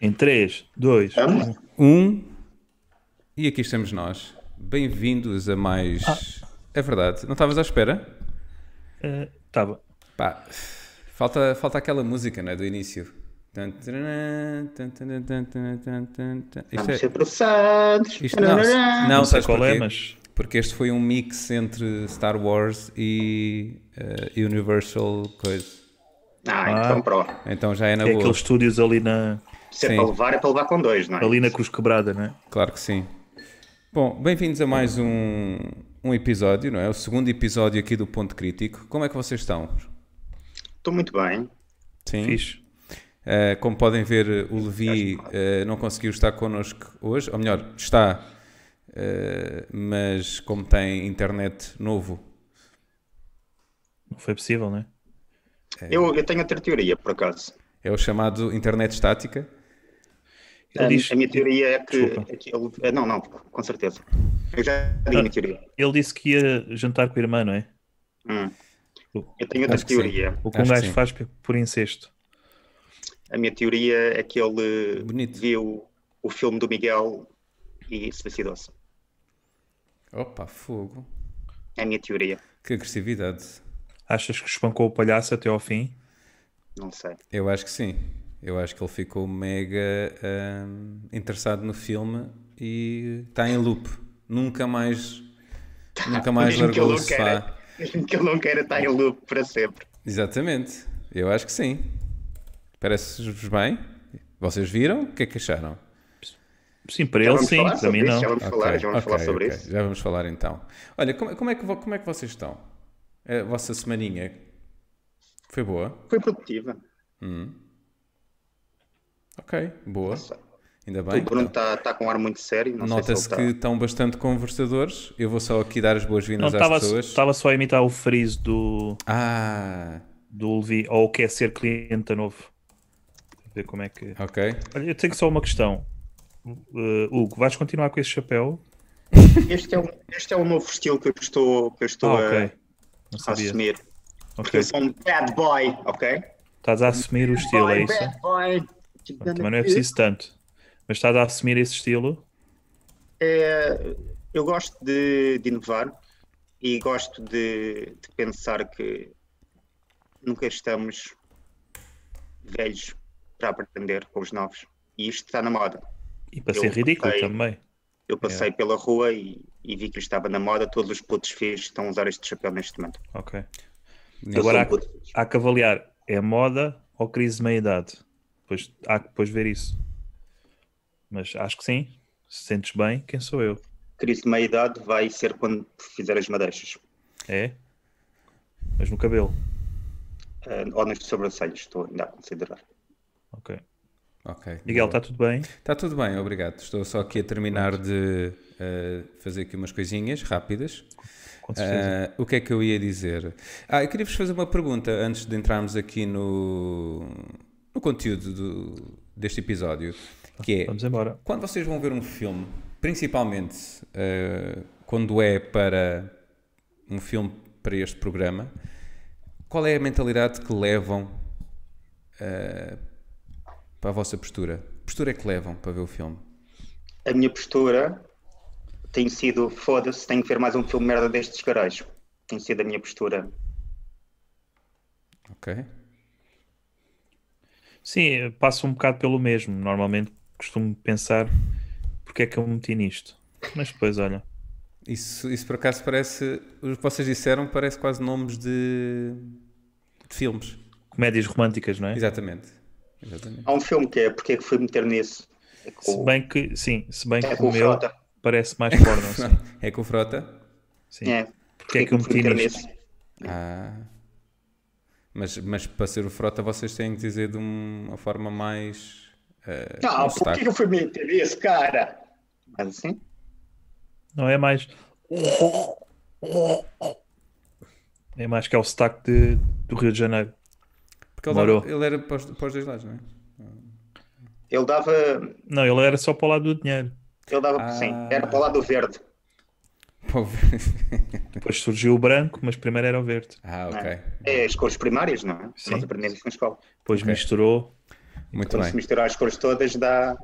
Em 3, 2, Vamos? Um. E aqui estamos nós. Bem-vindos a mais. Ah. É verdade, não estavas à espera? É, estava. Pá, falta, falta aquela música, não é? Do início. Tan, taran, tan, taran, tan, taran, tan, tan, tan. Isto Vamos é- ser processados. isto- não, não, Não sei sabes qual é, porquê? mas. Porque este foi um mix entre Star Wars e eh, Universal coisa. Ah, então pronto. Então já é na É boa. aqueles estúdios ali na, Se Sim. é para levar, é para levar com dois, não é? ali na Cruz Quebrada, né? Claro que sim. Bom, bem-vindos a mais um, um episódio, não é? O segundo episódio aqui do Ponto Crítico. Como é que vocês estão? Estou muito bem. Sim. Fixe. Uh, como podem ver, o Levi uh, não conseguiu estar connosco hoje, ou melhor, está, uh, mas como tem internet novo, Não foi possível, né? Eu, eu tenho outra teoria, por acaso. é o chamado internet estática. Ele a, diz- a minha teoria é que. Desculpa. aquilo- é, não, não, com certeza. Eu já tenho a minha teoria. Ele disse que ia jantar com a irmã, não é? Hum. O- Eu tenho outra Acho que sim. teoria. O que um Acho que gajo sim. faz por- por incesto. A minha teoria é que ele Bonito. viu o filme do Miguel e suicidou-se. Opa, fogo! É a minha teoria. Que agressividade! Achas que espancou o palhaço até ao fim? Não sei. Eu acho que sim. Eu acho que ele ficou mega ahm, interessado no filme e está em loop. Nunca mais, nunca mais Tá, Mesmo que largou ele o não queira. sofá. Mesmo que ele não queira estar em loop para sempre. Exatamente. Eu acho que sim. Parece-vos bem? Vocês viram? O que é que acharam? Sim, para Já ele vamos sim, falar para sobre mim isso, não. Já vamos falar, já vamos ok, falar sobre ok. isso. Já vamos falar então. Olha, como, como é, que, vo- como é que vocês estão? A vossa semaninha foi boa? Foi produtiva. Ok, boa. sei. Ainda bem. O Bruno está tá com um ar muito sério. Não sei Nota-se se que ele tá. está. estão bastante conversadores. Eu vou só aqui dar as Não, boas-vindas às estava pessoas. estava só a imitar o freeze do, Ah, do Levi, ou quer ser cliente a novo. A ver como é que. ok. Olha, eu tenho só uma questão. Uh, Hugo, vais continuar com esse chapéu? Este é, um, este é um novo estilo que eu estou, que eu estou Ah, a- ok. Não a, sabia. assumir. Porque Ok. eu sou um bad boy, ok? Estás a assumir o estilo, boy, é isso? bad boy. Também não é preciso tanto. Mas estás a assumir esse estilo? É, eu gosto de, de inovar e gosto de, de pensar que nunca estamos velhos para aprender com os novos. E isto está na moda. E para Eu ser ridículo gostei. também. Eu passei pela rua e, e vi que isto estava na moda. Todos os putos fixos estão a usar este chapéu neste momento. Ok. Eu Agora sou um puto fixe. há, há que avaliar: é moda ou crise de meia-idade? Pois, há que depois ver isso. Mas acho que sim. Se sentes bem, quem sou eu? Crise de meia-idade vai ser quando fizer as madeixas. É? Mas no cabelo. eh, ou nas sobrancelhas, estou ainda a considerar. Ok. Ok. Miguel, está tudo bem? Está tudo bem, obrigado. Estou só aqui a terminar de eh, fazer aqui umas coisinhas rápidas. Com certeza. Ah, o que é que eu ia dizer? Ah, eu queria-vos fazer uma pergunta antes de entrarmos aqui no, no conteúdo do- deste episódio, Eh, que é, Vamos embora. quando vocês vão ver um filme, principalmente ah, quando é para um filme para este programa, qual é a mentalidade que levam ah, para a vossa postura? Que Postura é que levam para ver o filme? A minha postura tem sido: foda-se, tenho que ver mais um filme merda destes caralhos. Tem sido a minha postura. Ok? Sim, eu passo um bocado pelo mesmo. Normalmente costumo pensar porque é que eu me meti nisto. Mas depois, olha. Isso, isso por acaso parece. O que vocês disseram parece quase nomes de, de filmes. Comédias românticas, não é? Exatamente. Exatamente. Há um filme que é Porque é que fui meter nisso? É com, Se bem que, sim, se bem é que com o o meu Frota. parece mais porno. assim. É com o Frota? Sim. É. Porque é que eu me meti nisto? Ah. Mas, mas para ser o Frota vocês têm que dizer de um- uma forma mais. É, eh, Não, com porque tá. sotaque. que eu fui meter nisso, cara? Mas assim? Não é mais. É mais que é o sotaque de- do Rio de Janeiro. Porque ele, dava- Morou. ele era para os, para os dois lados, não é? Ele dava. Não, ele era só para o lado do dinheiro. Ele dava. Ah. Sim, era para o lado verde. Pô, Depois surgiu o branco, mas primeiro era o verde. ah, não ok. é? É as cores primárias, não é? Sim. Nós aprendemos na escola. Depois misturou Muito Quando bem. se misturar as cores todas dá.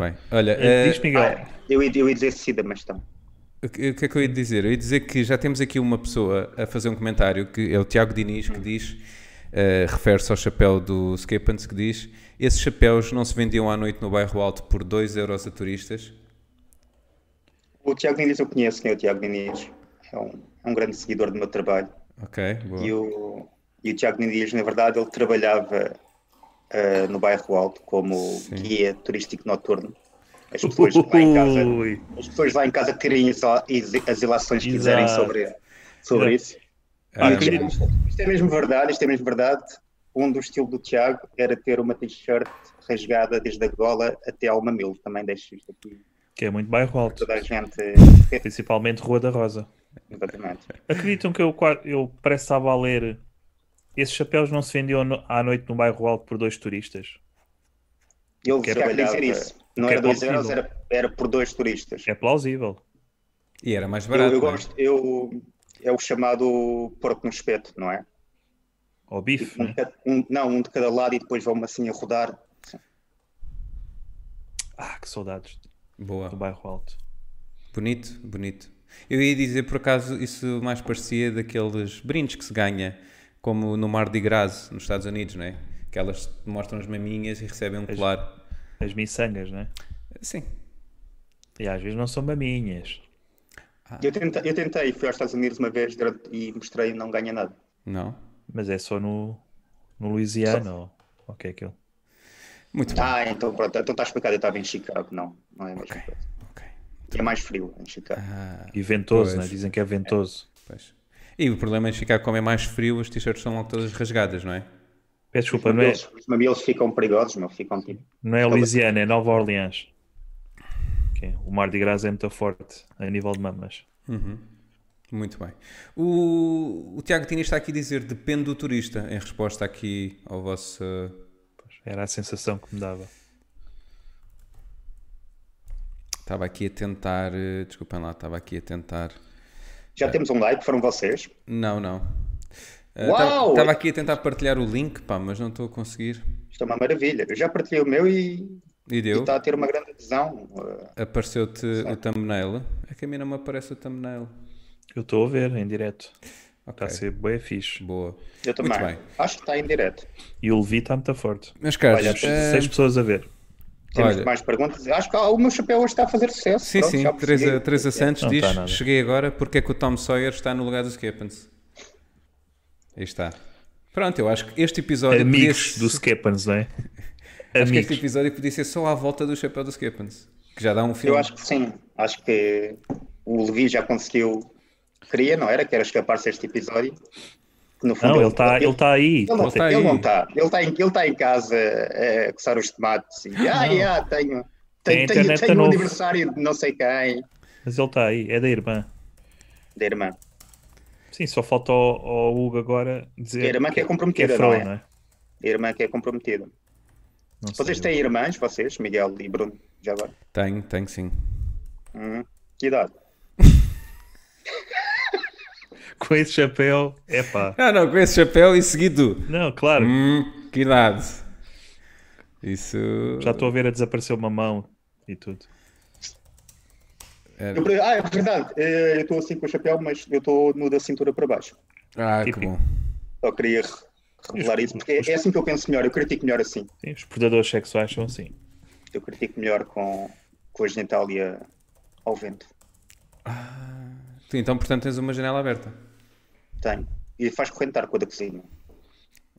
Muito bem. Olha, eh, Diz, Miguel. Ah, eu, ia- eu ia dizer SIDA, mas tá. O que o que é que eu ia dizer? Eu ia dizer que já temos aqui uma pessoa a fazer um comentário, que é o Tiago Diniz, que diz, eh, refere-se ao chapéu do Skepans, que diz, esses chapéus não se vendiam à noite no bairro alto por 2 euros a turistas? O Tiago Diniz eu conheço, quem é o Tiago Diniz? É um, é um grande seguidor do meu trabalho. Ok, boa. E o, e o Tiago Diniz, na verdade, ele trabalhava ah, no bairro Alto como guia turístico noturno. As pessoas lá em casa, Ui. as pessoas lá em casa tirem as, as ilações que quiserem Exato. sobre, sobre isso. Ah, E o Tiago- isto, é mesmo verdade, isto é mesmo verdade. Um do estilo do Tiago era ter uma t-shirt rasgada desde a gola até ao mamilo. Também deixo isto aqui. Que é muito bairro alto. Toda a gente. Principalmente Rua da Rosa. Exatamente. Acreditam que eu, qua- eu parece que estava a ler esses chapéus não se vendiam no- à noite no bairro alto por dois turistas. Ele Que já queria trabalhava- dizer isso. Não que era é dois possível. euros, era, era por dois turistas. É plausível. E era mais Eu, barato, eu não é? gosto, eu, é o chamado porco no espeto, não é? Ou bife, Um né? de cada- um- não, um de cada lado e depois vão-me assim a rodar. Ah, que saudades Boa. do bairro alto. Bonito, bonito. Eu ia dizer, por acaso, isso mais parecia daqueles brindes que se ganha, como no Mar de Gras, nos Estados Unidos, não é? Que elas mostram as maminhas e recebem um colar. As miçangas, né? Sim. E às vezes não são maminhas. Eu tentei, eu tentei, fui aos Estados Unidos uma vez durante- e mostrei e não ganha nada. Não? Mas é só no, no Louisiana. Ou... ou o que é aquilo? Muito bem. Ah, então pronto, então está explicado, eu estava em Chicago, não, não é a mesma coisa. Ok. E é mais frio em Chicago. Ah, E ventoso, Pois. né? Dizem que é ventoso. pois. E o problema em Chicago, como é mais frio, as t-shirts são logo todas rasgadas, não é? Peço desculpa, Os não é, mamilos, os mamilos ficam perigosos, não ficam tipo. não é Louisiana, é Nova Orleans. Ok, O Mar de Gras é muito forte a nível de mamas. Muito bem. O, o Tiago Tini está aqui a dizer depende do turista, em resposta aqui ao vosso. Era a sensação que me dava. Estava aqui a tentar. eh, Desculpem lá, estava aqui a tentar. É. Já temos um like, foram vocês. Não, não. Uau! Estava aqui a tentar partilhar o link, pá, mas não estou a conseguir. Isto é uma maravilha. Eu já partilhei o meu e e E tá deu? está a ter uma grande adesão. Uh, Apareceu-te o thumbnail. É que a mim não me aparece o thumbnail. Eu estou a ver em direto. Está Tá Ok, a ser bem fixe. boa. Tá Eu também. Muito bem. Acho que está em direto. E o Levi está muito forte. Meus caros, Olha, eh, Seis pessoas a ver. Temos Olha. mais perguntas. Acho que ah, o meu chapéu hoje está a fazer sucesso. sim, Pronto, sim, já percebi. Teresa, Teresa Santos Não diz, tá nada. cheguei agora, porque é que o Tom Sawyer está no lugar do Skeppens? Aí está. Pronto, eu acho que este episódio Amigos podia- do Skeppans, não é? acho que este tipo Amigos. episódio podia ser só à volta do chapéu do Skeppens, que já dá um filme. Eu acho que sim. Acho que o Levi já conseguiu. Queria, não era? Que era escapar-se este episódio. No fundo, Não, ele está ele tá aí. Ele não tá está. Ele, não aí. tá. ele, tá em, ele tá em casa eh, a coçar os tomates. E, ah, yeah, tenho, Tem tenho, tenho, internet tenho de um novo." aniversário de não sei quem. Mas ele está aí. É da irmã. Da irmã. Sim, só falta ao, ao Hugo agora dizer. A irmã que é que é comprometida, Fro, não é? não é? A irmã que é comprometida. Não sei. Vocês têm irmãs, vocês, Miguel e Bruno, já agora? Tenho, tenho sim. Hum, que idade? Com esse chapéu, é pá. Ah não, com esse chapéu e seguido. Não, claro. Hum, que idade. Isso... Já estou a ver a desaparecer uma mão e tudo. era- Eu pre- ah, é verdade. eh, Eu estou assim com o chapéu, mas eu estou nu da cintura para baixo. Ah, que Típico. bom. Só queria re- revelar isso, porque é assim que eu penso melhor. Eu critico melhor assim. Sim, os predadores sexuais são assim. Eu critico melhor com, com a genitália ao vento. Tu, Então, portanto, tens uma janela aberta. Tenho. E faz corrente de ar com a da cozinha.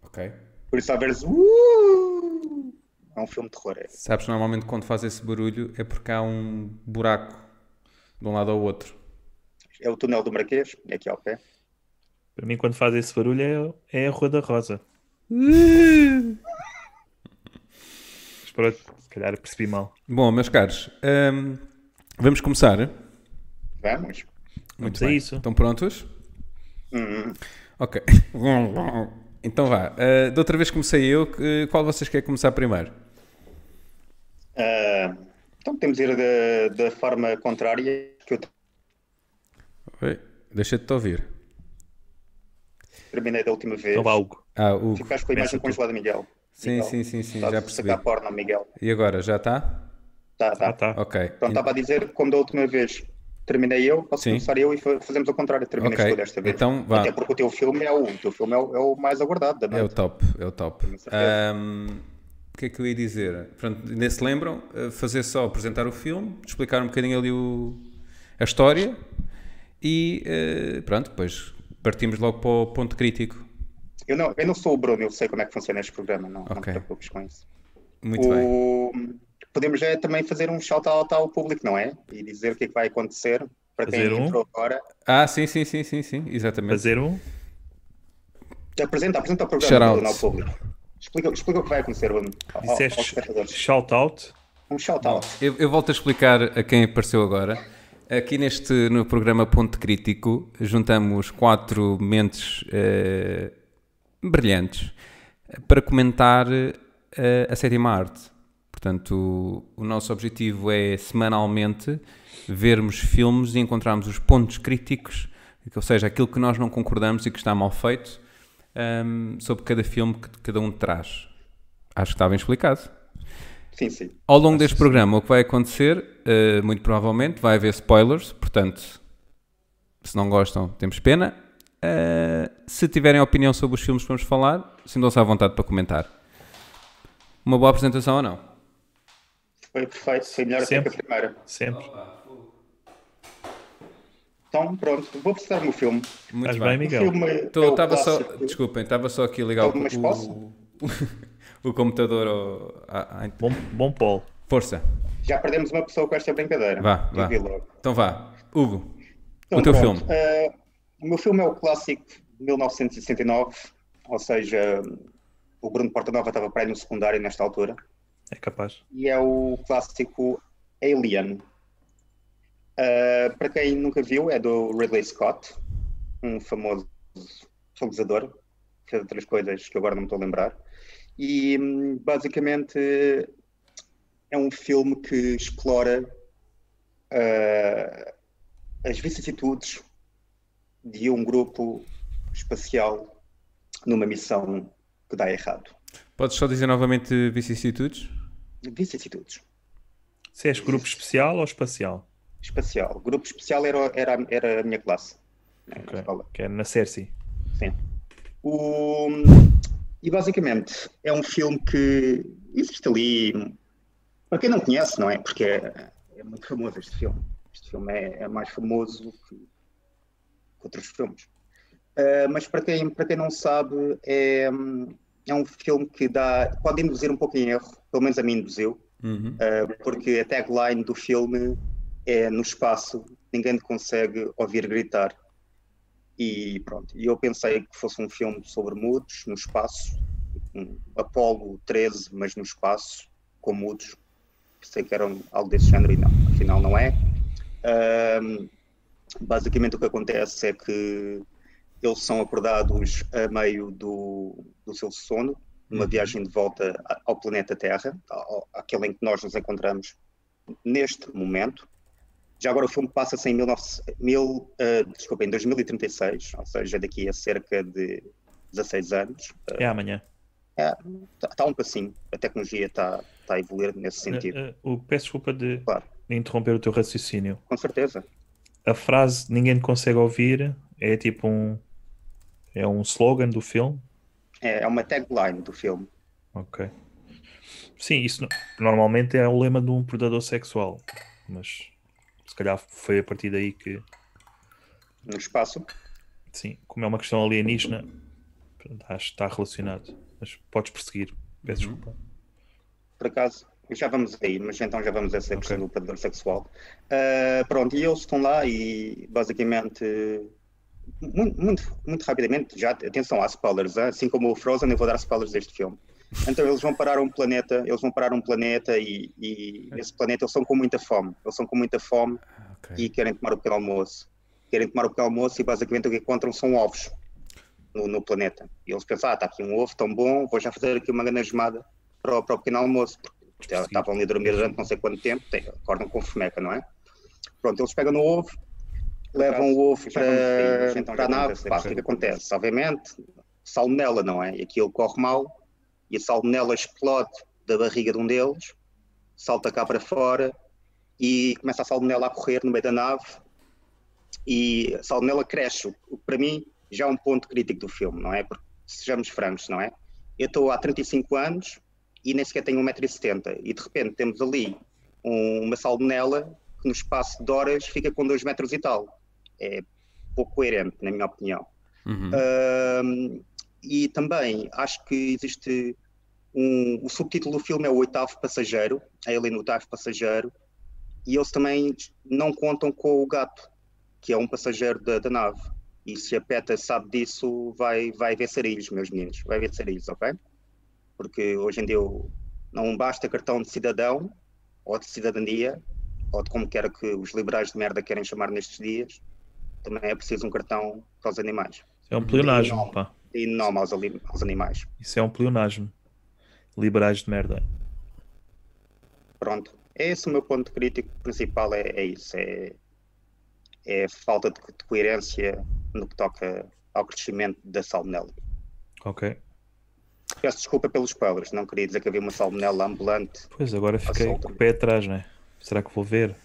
Ok. Por isso, às vezes. "Uh!" É um filme de terror. é. Sabes, normalmente quando faz esse barulho é porque há um buraco de um lado ao outro. É o túnel do Marquês, é aqui ao pé. Para mim, quando faz esse barulho, é, é a Rua da Rosa. Mas pronto, se calhar percebi mal. Bom, meus caros, hum, vamos começar. Vamos. Vamos bem. a isso. Estão prontos? Hum, Ok. Então vá. Uh, da outra vez comecei eu. que- Qual vocês querem começar primeiro? ah, então, podemos ir da, da forma contrária que eu Oi, Deixa-te de ouvir. terminei da última vez. Então vá, Hugo. Ah, Hugo. Ficaste com a Começa imagem tu. congelada, Miguel. Sim, Miguel. sim, sim, sim, Sabes já percebi. sacar porno, Miguel. E agora, já está? Tá, tá. Ah, tá. Ok. Então estava a dizer, como da última vez terminei eu, posso Sim. começar eu e fa- fazemos ao contrário, terminas Ok, tu desta vez. então vá. Até porque o teu filme é o, o teu filme é o, é o mais aguardado da É o noite. top, é o top. certeza. Ahm, o que é que eu ia dizer? Pronto, ainda se lembram? eh, Fazer só apresentar o filme, explicar um bocadinho ali o- a história e eh, pronto, depois partimos logo para o ponto crítico. Eu, não, eu não sou o Bruno, eu sei como é que funciona este programa, não, não te Ok. preocupes com isso. Muito bem. O- Podemos é também fazer um shout-out ao público, não é? E dizer o que é que vai acontecer para quem Fazer um? entrou agora. Ah, sim, sim, sim, sim, sim, exatamente. Fazer um. Apresenta, apresenta o programa Shout-out. Bruno, ao público. Explica, explica o que vai acontecer, Bruno, ao- ao- aos Disseste espectadores. shout out. Um shout-out. Eu, eu volto a explicar a quem apareceu agora. Aqui neste no programa Ponto Crítico juntamos quatro mentes eh, brilhantes para comentar eh, a sétima arte. Portanto, o, o nosso objetivo é semanalmente vermos filmes e encontrarmos os pontos críticos, ou seja, aquilo que nós não concordamos e que está mal feito, ehm, sobre cada filme que cada um traz. Acho que está bem explicado. Sim, sim. Ao longo deste programa, o que vai acontecer, eh, muito provavelmente, vai haver spoilers, portanto, se não gostam, temos pena. Eh, se tiverem opinião sobre os filmes que vamos falar, sintam-se à vontade para comentar. Uma boa apresentação ou não? Foi perfeito, foi melhor até que Sempre. a primeira. Sempre. Então, pronto, vou apresentar o meu filme. Muito Estás bem, O Miguel? filme Tô- é o tava só, clássico- desculpem, estava só aqui a ligar o, Mas posso? o, o computador. Ao, à- à- Bom, bom Paul. Força, Já perdemos uma pessoa com esta brincadeira. vá, vá. Eu vi logo. Então vá, Hugo, Então, o teu pronto, filme. eh, o meu filme é o clássico de 1969, ou seja, o Bruno Portanova estava para aí no secundário nesta altura, É capaz. e é o clássico Alien. Eh, para quem nunca viu, é do Ridley Scott, um famoso realizador, fez outras coisas que agora não me estou a lembrar, e hum, basicamente é um filme que explora eh, as vicissitudes de um grupo espacial numa missão que dá errado. Podes só dizer novamente vicissitudes? Vicissitudes. Se és grupo especial ou espacial? Espacial. Grupo especial era, era, era a minha classe. né, na Ok. escola. Que é na Cersei. Sim. O... E basicamente é um filme que existe ali. Para quem não conhece, não é? Porque é, é muito famoso este filme. Este filme é, é mais famoso que, que outros filmes. Ah, mas para quem, para quem não sabe, é, hum, é um filme que dá, pode induzir um pouco em erro, pelo menos a mim induziu, Uhum. É. porque a tagline do filme é no espaço, ninguém te consegue ouvir gritar. E pronto, e eu pensei que fosse um filme sobre mudos no espaço, um Apolo 13, mas no espaço, com mudos. Pensei que era um- algo desse género e não, afinal não é. Ahm, basicamente o que acontece é que eles são acordados a meio do, do seu sono, numa Uhum. viagem de volta a- ao planeta Terra, ao- aquele em que nós nos encontramos neste momento. Já agora o filme passa-se em, 19, mil, eh, desculpa, em 2036, ou seja, daqui a cerca de 16 anos. É amanhã. Está um passinho, a tecnologia está a evoluir nesse sentido, Eh, eh, o- peço desculpa de tipo. Claro. de interromper o teu raciocínio. com certeza. A frase ninguém consegue ouvir é tipo um. É um slogan do filme. É, é uma tagline do filme. Ok. Sim, isso no- normalmente é o lema de um predador sexual. Mas se calhar foi a partir daí que. No espaço, Sim, como é uma questão alienígena, pronto, acho que está relacionado. Mas podes prosseguir. Peço desculpa. por acaso, já vamos aí, mas então já vamos a essa questão Ok. do predador sexual. Ah, pronto, e eles estão lá e basicamente, muito, muito, muito rapidamente, já atenção há spoilers, hein? assim como o Frozen, eu vou dar spoilers deste filme. Então eles vão parar um planeta, eles vão parar um planeta e, e nesse planeta eles são com muita fome, eles são com muita fome Ok. e querem tomar o pequeno almoço. Querem tomar o pequeno almoço e basicamente o que encontram são ovos no, no planeta. E eles pensam, ah, está aqui um ovo tão bom, vou já fazer aqui uma grande gemada para, o- para o pequeno almoço. Porque já Estavam ali a dormir durante não sei quanto tempo, tem- acordam com fomeca, não é? Pronto, eles pegam no ovo, levam o ovo já vamos sair, mas para, então já para a vamos nave, essa pá, o que é que acontece? Obviamente, salmonela, não é? E aquilo corre mal, e a salmonela explode da barriga de um deles, salta cá para fora e começa a salmonela a correr no meio da nave e a salmonela cresce, o que para mim já é um ponto crítico do filme, não é? Porque sejamos francos, não é? Eu estou há 35 anos e nem sequer tenho 1,70m e de repente temos ali um- uma salmonela que no espaço de horas fica com 2 metros e tal. É pouco coerente, na minha opinião. Uhum. Ahm, e também acho que existe um, o subtítulo do filme é o oitavo passageiro, é ele no oitavo passageiro, e eles também não contam com o gato, que é um passageiro da, da nave. E se a PETA sabe disso, vai, vai ver sarilhos, meus meninos, vai ver sarilhos, ok? Porque hoje em dia o- não basta cartão de cidadão, ou de cidadania, ou de como quer que os liberais de merda querem chamar nestes dias, também é preciso um cartão para os animais É um pleonasmo, pá. e não aos, ali- aos animais. Isso é um pleonasmo. Liberais de merda. Pronto. Esse é o meu ponto crítico principal, é, é isso. É, é a falta de, de coerência no que toca ao crescimento da salmonela. Ok. Peço desculpa pelos spoilers, não queria dizer que havia uma salmonela ambulante. Pois agora fiquei Assalta. com o pé atrás, né? Será que vou ver?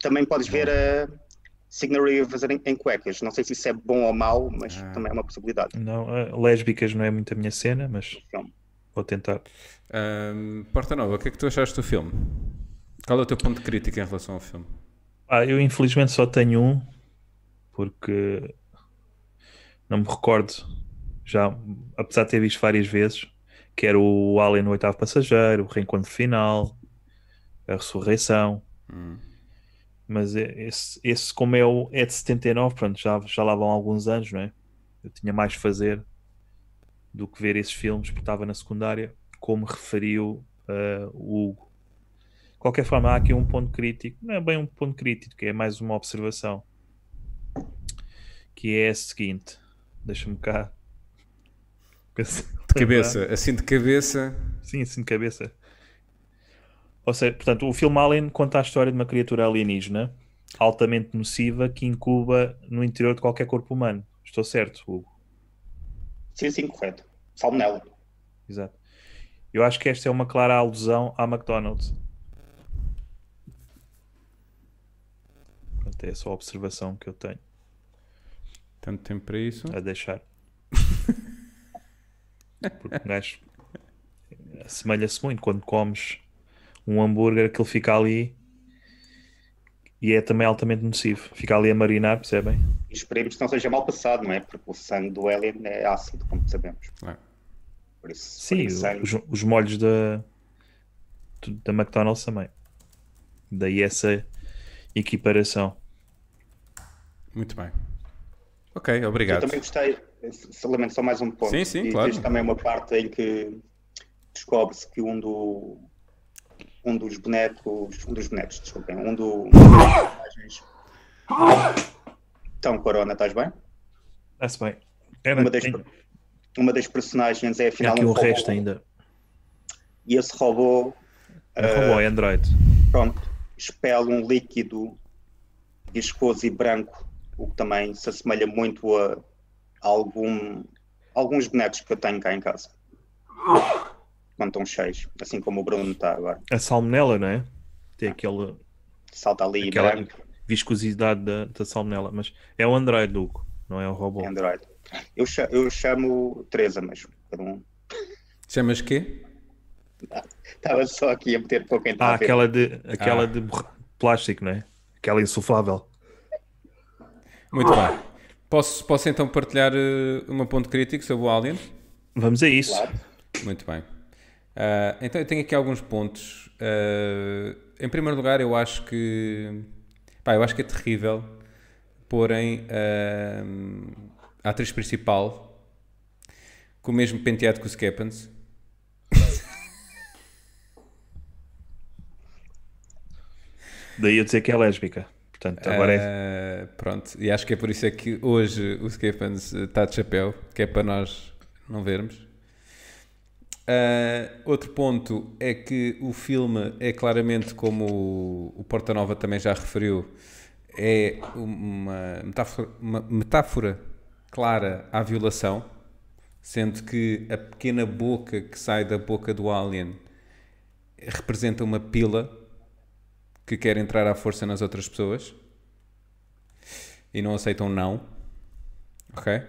Também podes ver a Signal Rivers em, em cuecas. Não sei se isso é bom ou mau, mas Ah. também é uma possibilidade. Não, eh, lésbicas não é muito a minha cena, mas Então, vou tentar. Ahm, Porta Nova, o que é que tu achaste do filme? Qual é o teu ponto crítico em relação ao filme? Ah, eu infelizmente só tenho um, porque não me recordo, já, apesar de ter visto várias vezes, que era o Alien no oitavo passageiro, o reencontro final, a ressurreição, Hum. mas e- esse, esse como é, o, é de 79, pronto, já, já lá vão alguns anos, não é? Eu tinha mais a fazer do que ver esses filmes, porque estava na secundária, como referiu ah, o Hugo. De qualquer forma, há aqui um ponto crítico, não é bem um ponto crítico, é mais uma observação, que é a seguinte, deixa-me cá. De cabeça, assim de cabeça. Sim, assim de cabeça. Ou seja, portanto, o filme Alien conta a história de uma criatura alienígena altamente nociva que incuba no interior de qualquer corpo humano. Estou certo, Hugo? sim, sim, correto. Salmonela. Exato. Eu acho que esta é uma clara alusão à McDonald's. Portanto, é só a observação que eu tenho Tanto tempo para isso. É. a deixar. Porque um gajo assemelha-se muito quando comes um hambúrguer, aquilo fica ali e é também altamente nocivo. Fica ali a marinar, percebem? E esperemos que não seja mal passado, não é? Porque o sangue do Alien é ácido, como sabemos. Claro. Por isso, Sim, o sangue- os, os molhos da, da McDonald's também. Daí essa equiparação. Muito bem. Ok, Eu obrigado. também gostei, se- lamento só mais um ponto. Sim, sim, E claro. Existe também uma parte em que descobre-se que um, do- um dos bonecos, um dos bonecos, desculpem, um do- um dos personagens. Então, Corona, estás bem? Está-se bem. Era, Uma das, tem- uma das personagens é tem afinal aqui um um robô, resto ainda. e esse robô, Ah. eh, É um robô, é Android. pronto, expela um líquido viscoso e branco, o que também se assemelha muito a algum, alguns bonecos que eu tenho cá em casa. Quando estão cheios, assim como o Bruno está agora. A salmonela, não é? Tem aquele, Salta ali Aquela- branco, viscosidade da, da salmonela, mas é o Android, Hugo, não é o robô. Android. Eu, cha- eu chamo Teresa, mas cada um- Chamas quê? estava só aqui a meter pouco em Ah, tá a ver. aquela de, aquela Ah. de borra- plástico, não é? Aquela insuflável. Muito bem. Posso, posso então partilhar eh, o meu ponto crítico sobre o Alien? Vamos a isso. Claro. Muito bem. Ah, então eu tenho aqui alguns pontos. Ah, em primeiro lugar, eu acho que pá, eu acho que é terrível porem ah, a atriz principal com o mesmo penteado que o Skeppens. Daí eu dizer que é lésbica. Portanto, agora é. Ah, pronto, e acho que é por isso é que hoje o Skeppens está de chapéu, que é para nós não vermos. Ah, outro ponto é que o filme é claramente, como o, o Porta Nova também já referiu, é uma metáfora, uma metáfora clara à violação, sendo que a pequena boca que sai da boca do alien representa uma pila que quer entrar à força nas outras pessoas e não aceitam não, ok?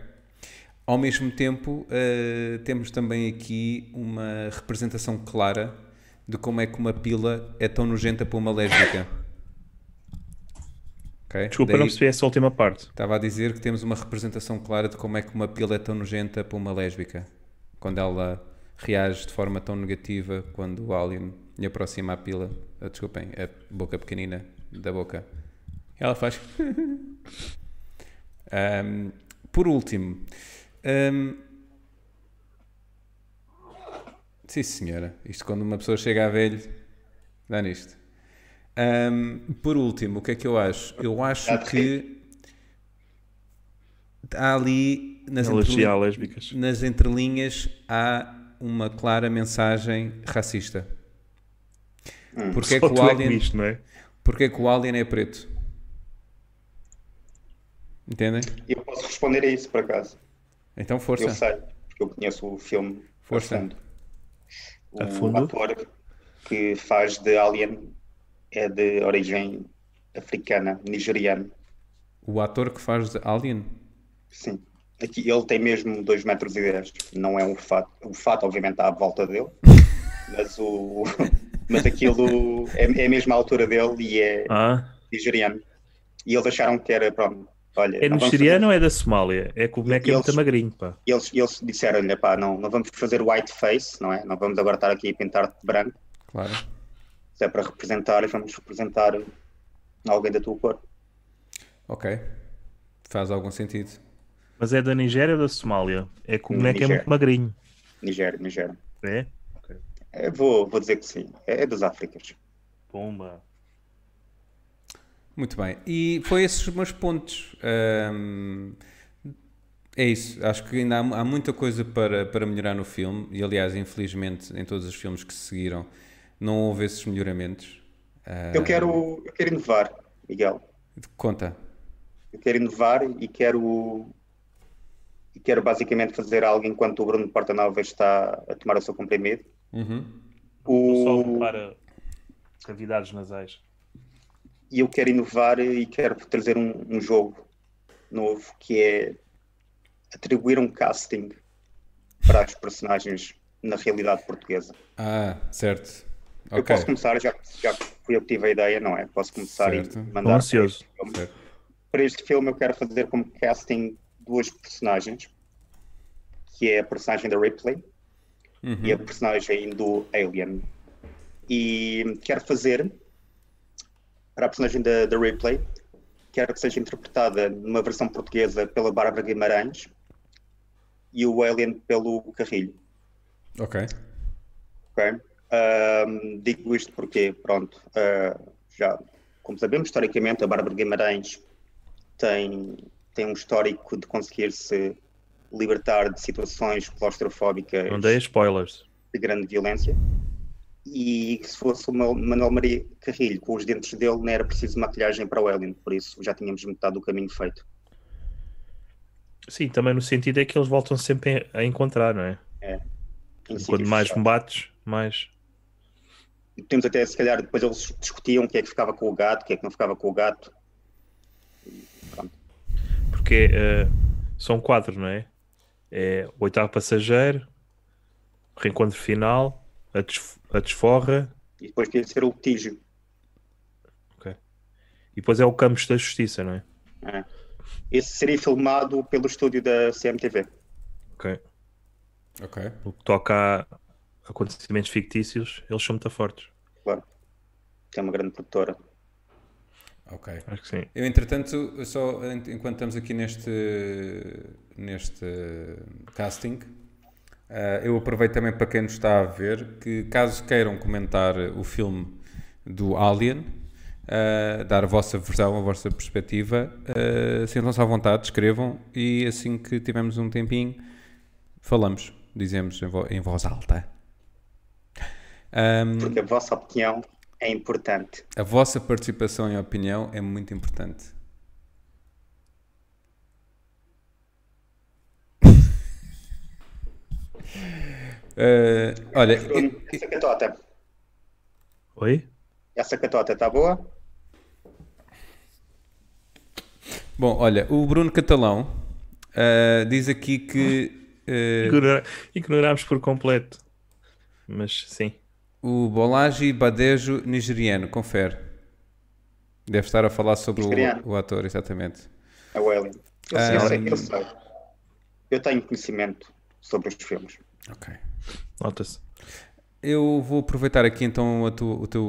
Ao mesmo tempo, eh, temos também aqui uma representação clara de como é que uma pila é tão nojenta para uma lésbica. ok? Desculpa, Daí- não percebi essa última parte. Estava a dizer que temos uma representação clara de como é que uma pila é tão nojenta para uma lésbica, quando ela reage de forma tão negativa quando o alien lhe aproxima a pila, ah, desculpem, a boca pequenina da boca. Ela faz. Ahm, por último, ahm, sim senhora, isto quando uma pessoa chega a velho, dá nisto. Ahm, por último, o que é que eu acho? Eu acho que há ali nas, Alergia a entreli- lésbicas. nas entrelinhas há uma clara mensagem racista. Porque é que Só o tu é que alien viste, não é? Porquê que o Alien é preto? Entendem? Eu posso responder a isso, por acaso. Então Eu força. sei, porque eu conheço o filme Força. a fundo. A O fundo? ator que faz de Alien é de origem africana, nigeriana. O ator que faz de Alien. Sim. Aqui, ele tem mesmo 2 metros e 10. Não é um fato. O fato, obviamente, está à volta dele. Mas, o, mas aquilo é, é a mesma altura dele e é Ah, nigeriano. E eles acharam que era, pronto, olha... é não vamos nigeriano ou é da Somália? É que o boneco é tá Eles- muito magrinho, pá. E eles, e eles disseram-lhe, pá, não, não vamos fazer whiteface, não é? Não vamos agora estar aqui a pintar de branco, Claro. se é para representar, vamos representar alguém da tua cor. Ok. Faz algum sentido. Mas é da Nigéria ou da Somália? É que o Da boneco é Nigéria. muito magrinho. Nigéria, Nigéria. É? É, vou, vou dizer que sim, é, é das Áfricas. Pumba. Muito bem. E foi esses os meus pontos. Ahm, é isso. Acho que ainda há, há muita coisa para, para melhorar no filme. E aliás, infelizmente, em todos os filmes que se seguiram, não houve esses melhoramentos. Ah, Eu quero, eu quero inovar, Miguel. Conta. Eu quero inovar e quero, e quero basicamente fazer algo enquanto o Bruno Portanova está a tomar o seu comprimido. Uhum. Só O, para cavidades nasais. e eu quero inovar e quero trazer um, um jogo novo que é atribuir um casting para as personagens na realidade portuguesa. Ah, certo. Eu Ok. posso começar, já, já que fui eu que tive a ideia, não é? Posso começar Certo. e Estou mandar. ansioso. Certo. Para este filme eu quero fazer como casting duas personagens, que é a personagem da Ripley Uhum. e a personagem do Alien. E quero fazer para a personagem da, da Ripley, quero que seja interpretada numa versão portuguesa pela Bárbara Guimarães e o Alien pelo Carrilho. Ok. ok? Ahm, digo isto porque, pronto, ah, já, como sabemos, historicamente a Bárbara Guimarães tem, tem um histórico de conseguir-se libertar de situações claustrofóbicas Não dei spoilers. de grande violência. E se fosse o Mel- Manuel Maria Carrilho, com os dentes dele, não era preciso maquilhagem para o Ellen, por isso já tínhamos metade do caminho feito. Sim, também no sentido é que eles voltam sempre a encontrar, não é? Em Quanto sítios mais fechados. combates, mais. Temos até, se calhar, depois eles discutiam o que é que ficava com o gato, o que é que não ficava com o gato. Porque eh, são quatro, não é? É o oitavo passageiro, o reencontro final, a, desf- a desforra, E depois podia ser o litígio. e depois é o Campos da Justiça, não é? né? Esse seria filmado pelo estúdio da CMTV. Ok. Ok. No que toca a acontecimentos fictícios, eles são muito fortes. Claro. Que é uma grande produtora. Ok. Acho que sim. Eu, entretanto, eu só en- enquanto estamos aqui neste, neste casting, ah, eu aproveito também para quem nos está a ver que, caso queiram comentar o filme do Alien, ah, dar a vossa versão, a vossa perspectiva, ah, sintam-se à vontade, escrevam e assim que tivermos um tempinho, falamos, dizemos em, vo- em voz alta. Hum. Ahm, Porque a vossa opinião é importante. a vossa participação e opinião é muito importante. Eh, olha, Bruno, Essa catota, Oi? essa catota está boa? bom, olha, o Bruno Catalão eh, diz aqui que eh, Ignora- Ignorámos por completo. Mas sim. o Bolaji Badejo nigeriano, confere. Deve estar a falar sobre o, Nigeriano. o ator, exatamente. É o Ellen. Eu, sei, eu sei, Hum. eu sei. Eu tenho conhecimento sobre os filmes. Ok. Nota-se. Eu vou aproveitar aqui então a tu- o teu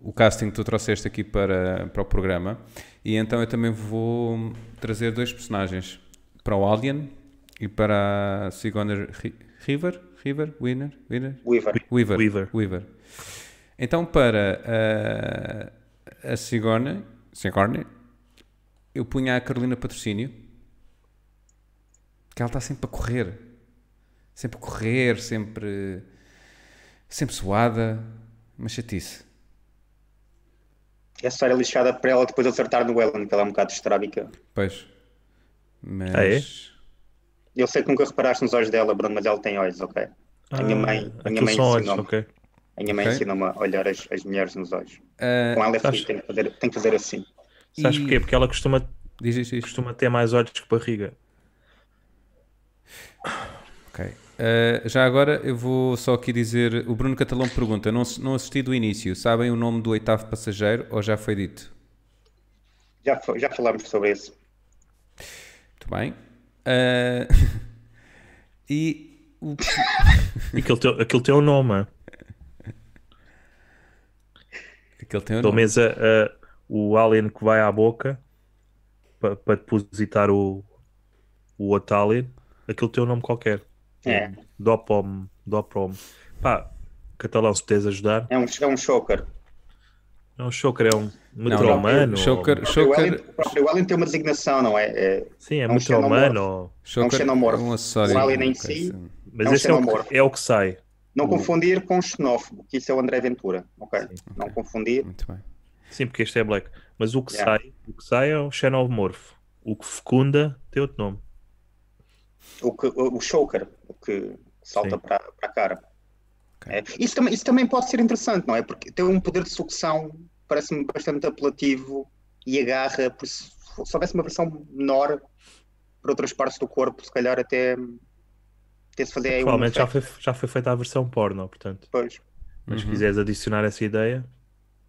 o casting que tu trouxeste aqui para, para o programa e então eu também vou trazer dois personagens para o Alien e para a Sigourney Ri- River, River, Winner, Winner, Weaver. Weaver, Weaver. Então para ah, a Sigourney, Sigourney, eu punha a Carolina Patrocínio, que ela está sempre a correr, sempre a correr, sempre sempre suada, uma chatice. Essa era lixada para ela depois acertar no Ellen, que ela é um bocado estrábica. Pois. Mas Ah, é? Eu sei que nunca reparaste nos olhos dela, Bruno, mas ela tem olhos, ok? A minha mãe, a minha Ah, aquilo mãe são olhos, ensinou-me. ok. A minha mãe Ok. ensinou-me a olhar as, as mulheres nos olhos. Ah, Com ela é sabes- feliz, tem que fazer, tem que fazer assim. Sabes E- porquê? Porque ela costuma, diz isto, isto. costuma ter mais olhos que barriga. Ok. Ah, já agora eu vou só aqui dizer. O Bruno Catalão pergunta: não, ass- não assisti do início, sabem o nome do oitavo passageiro ou já foi dito? Já, fa- já falámos sobre isso. Muito bem. Ah, e o- Aquilo tem, aquilo tem um nome. aquele tem Pelo o nome. menos a- a- o alien que vai à boca para depositar o, o outro alien, aquilo tem um nome qualquer. É. Dopom, Doprom. Pá, catalão, se puderes ajudar. É um, é um choker. É um choker, é um não, É metromano. Choker, ou- O próprio Ellen- choker, o próprio Ellen tem uma designação, não é? É, Sim, é, é um metromano. xenomorfo. ou- choker é xenomorfo. um acessório. O alien em uma si- coisa. assim. Mas É um esse é o, xenomorfo. que- é o que sai. não O- confundir com xenófobo, que isso é o André Ventura, ok? Não confundir. Muito bem. Sim, porque este é black. Mas o que Yeah. sai, o que sai é um xenomorfo. O que fecunda tem outro nome. o, que, o o choker o que salta Sim. para para a cara. Ok. É, Isso, também, isso também pode ser interessante, não é? Porque tem um poder de sucção, parece-me bastante apelativo e agarra. por se se houvesse uma versão menor para outras partes do corpo, se calhar até até se fazer aí um Provavelmente já efeito foi, já foi feita a versão porno, portanto. depois. Mas se Uhum. quiseres adicionar essa ideia,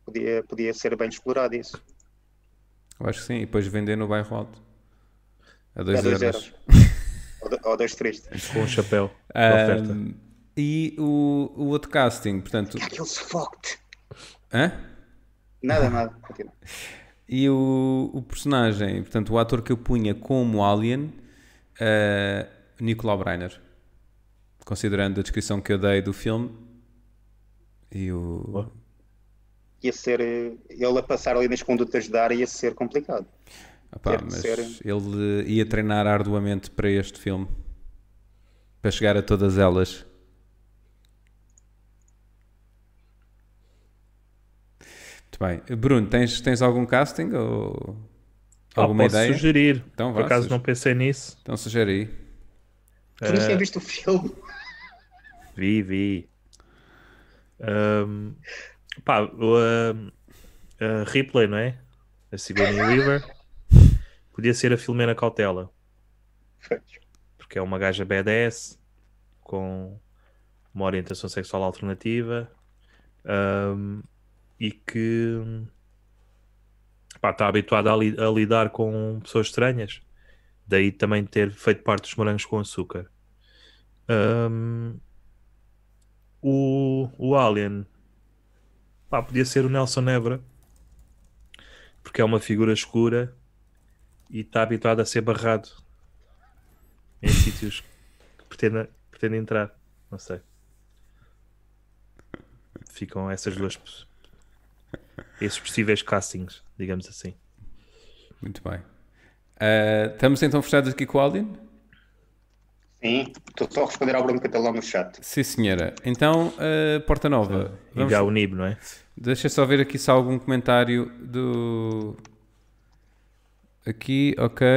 Podia, podia ser bem explorado isso. Eu acho que sim. E depois vender no bairro alto. A É 2 dois euros. euros. Ou do- Ou dois tristes. com um chapéu de oferta. Ahm, e o, o outro casting, portanto. Aquele sufoque. Hã? Nada, nada. Continua. E o, o personagem, portanto, o ator que eu punha como Alien, eh, Nicolau Breiner. Considerando a descrição que eu dei do filme e o. Ia ser. eh, Ele a passar ali nas condutas de ar ia ser complicado. Opá, Deve mas ser. ele ia treinar arduamente para este filme. Para chegar a todas elas. Muito bem. Bruno, tens, tens algum casting ou Ah, alguma posso ideia? sugerir. Então Por vá, acaso suge- não pensei nisso. Então sugere aí. Tu nem tinha visto o filme. Vi, vi. Ahm, pá, o, ahm, a Ripley, não é? A Sigourney Weaver. Podia ser a Filomena Cautela, porque é uma gaja BDS com uma orientação sexual alternativa ahm, e que pá, está habituada a, li- a lidar com pessoas estranhas. Daí também ter feito parte dos morangos com açúcar. Ahm, o, o Alien pá, podia ser o Nelson Nebra porque é uma figura escura e está habituado a ser barrado em sítios que pretende, pretende entrar. Não sei. Ficam essas duas pos- esses possíveis castings, digamos assim. Muito bem. Ah, estamos então fechados aqui com o Alien? Sim, estou só a responder ao Bruno Catalão no chat. Sim, senhora. Então, ah, Porta Nova. E Vamos... já o NIB, não é? Deixa só ver aqui se há algum comentário do. aqui, ok.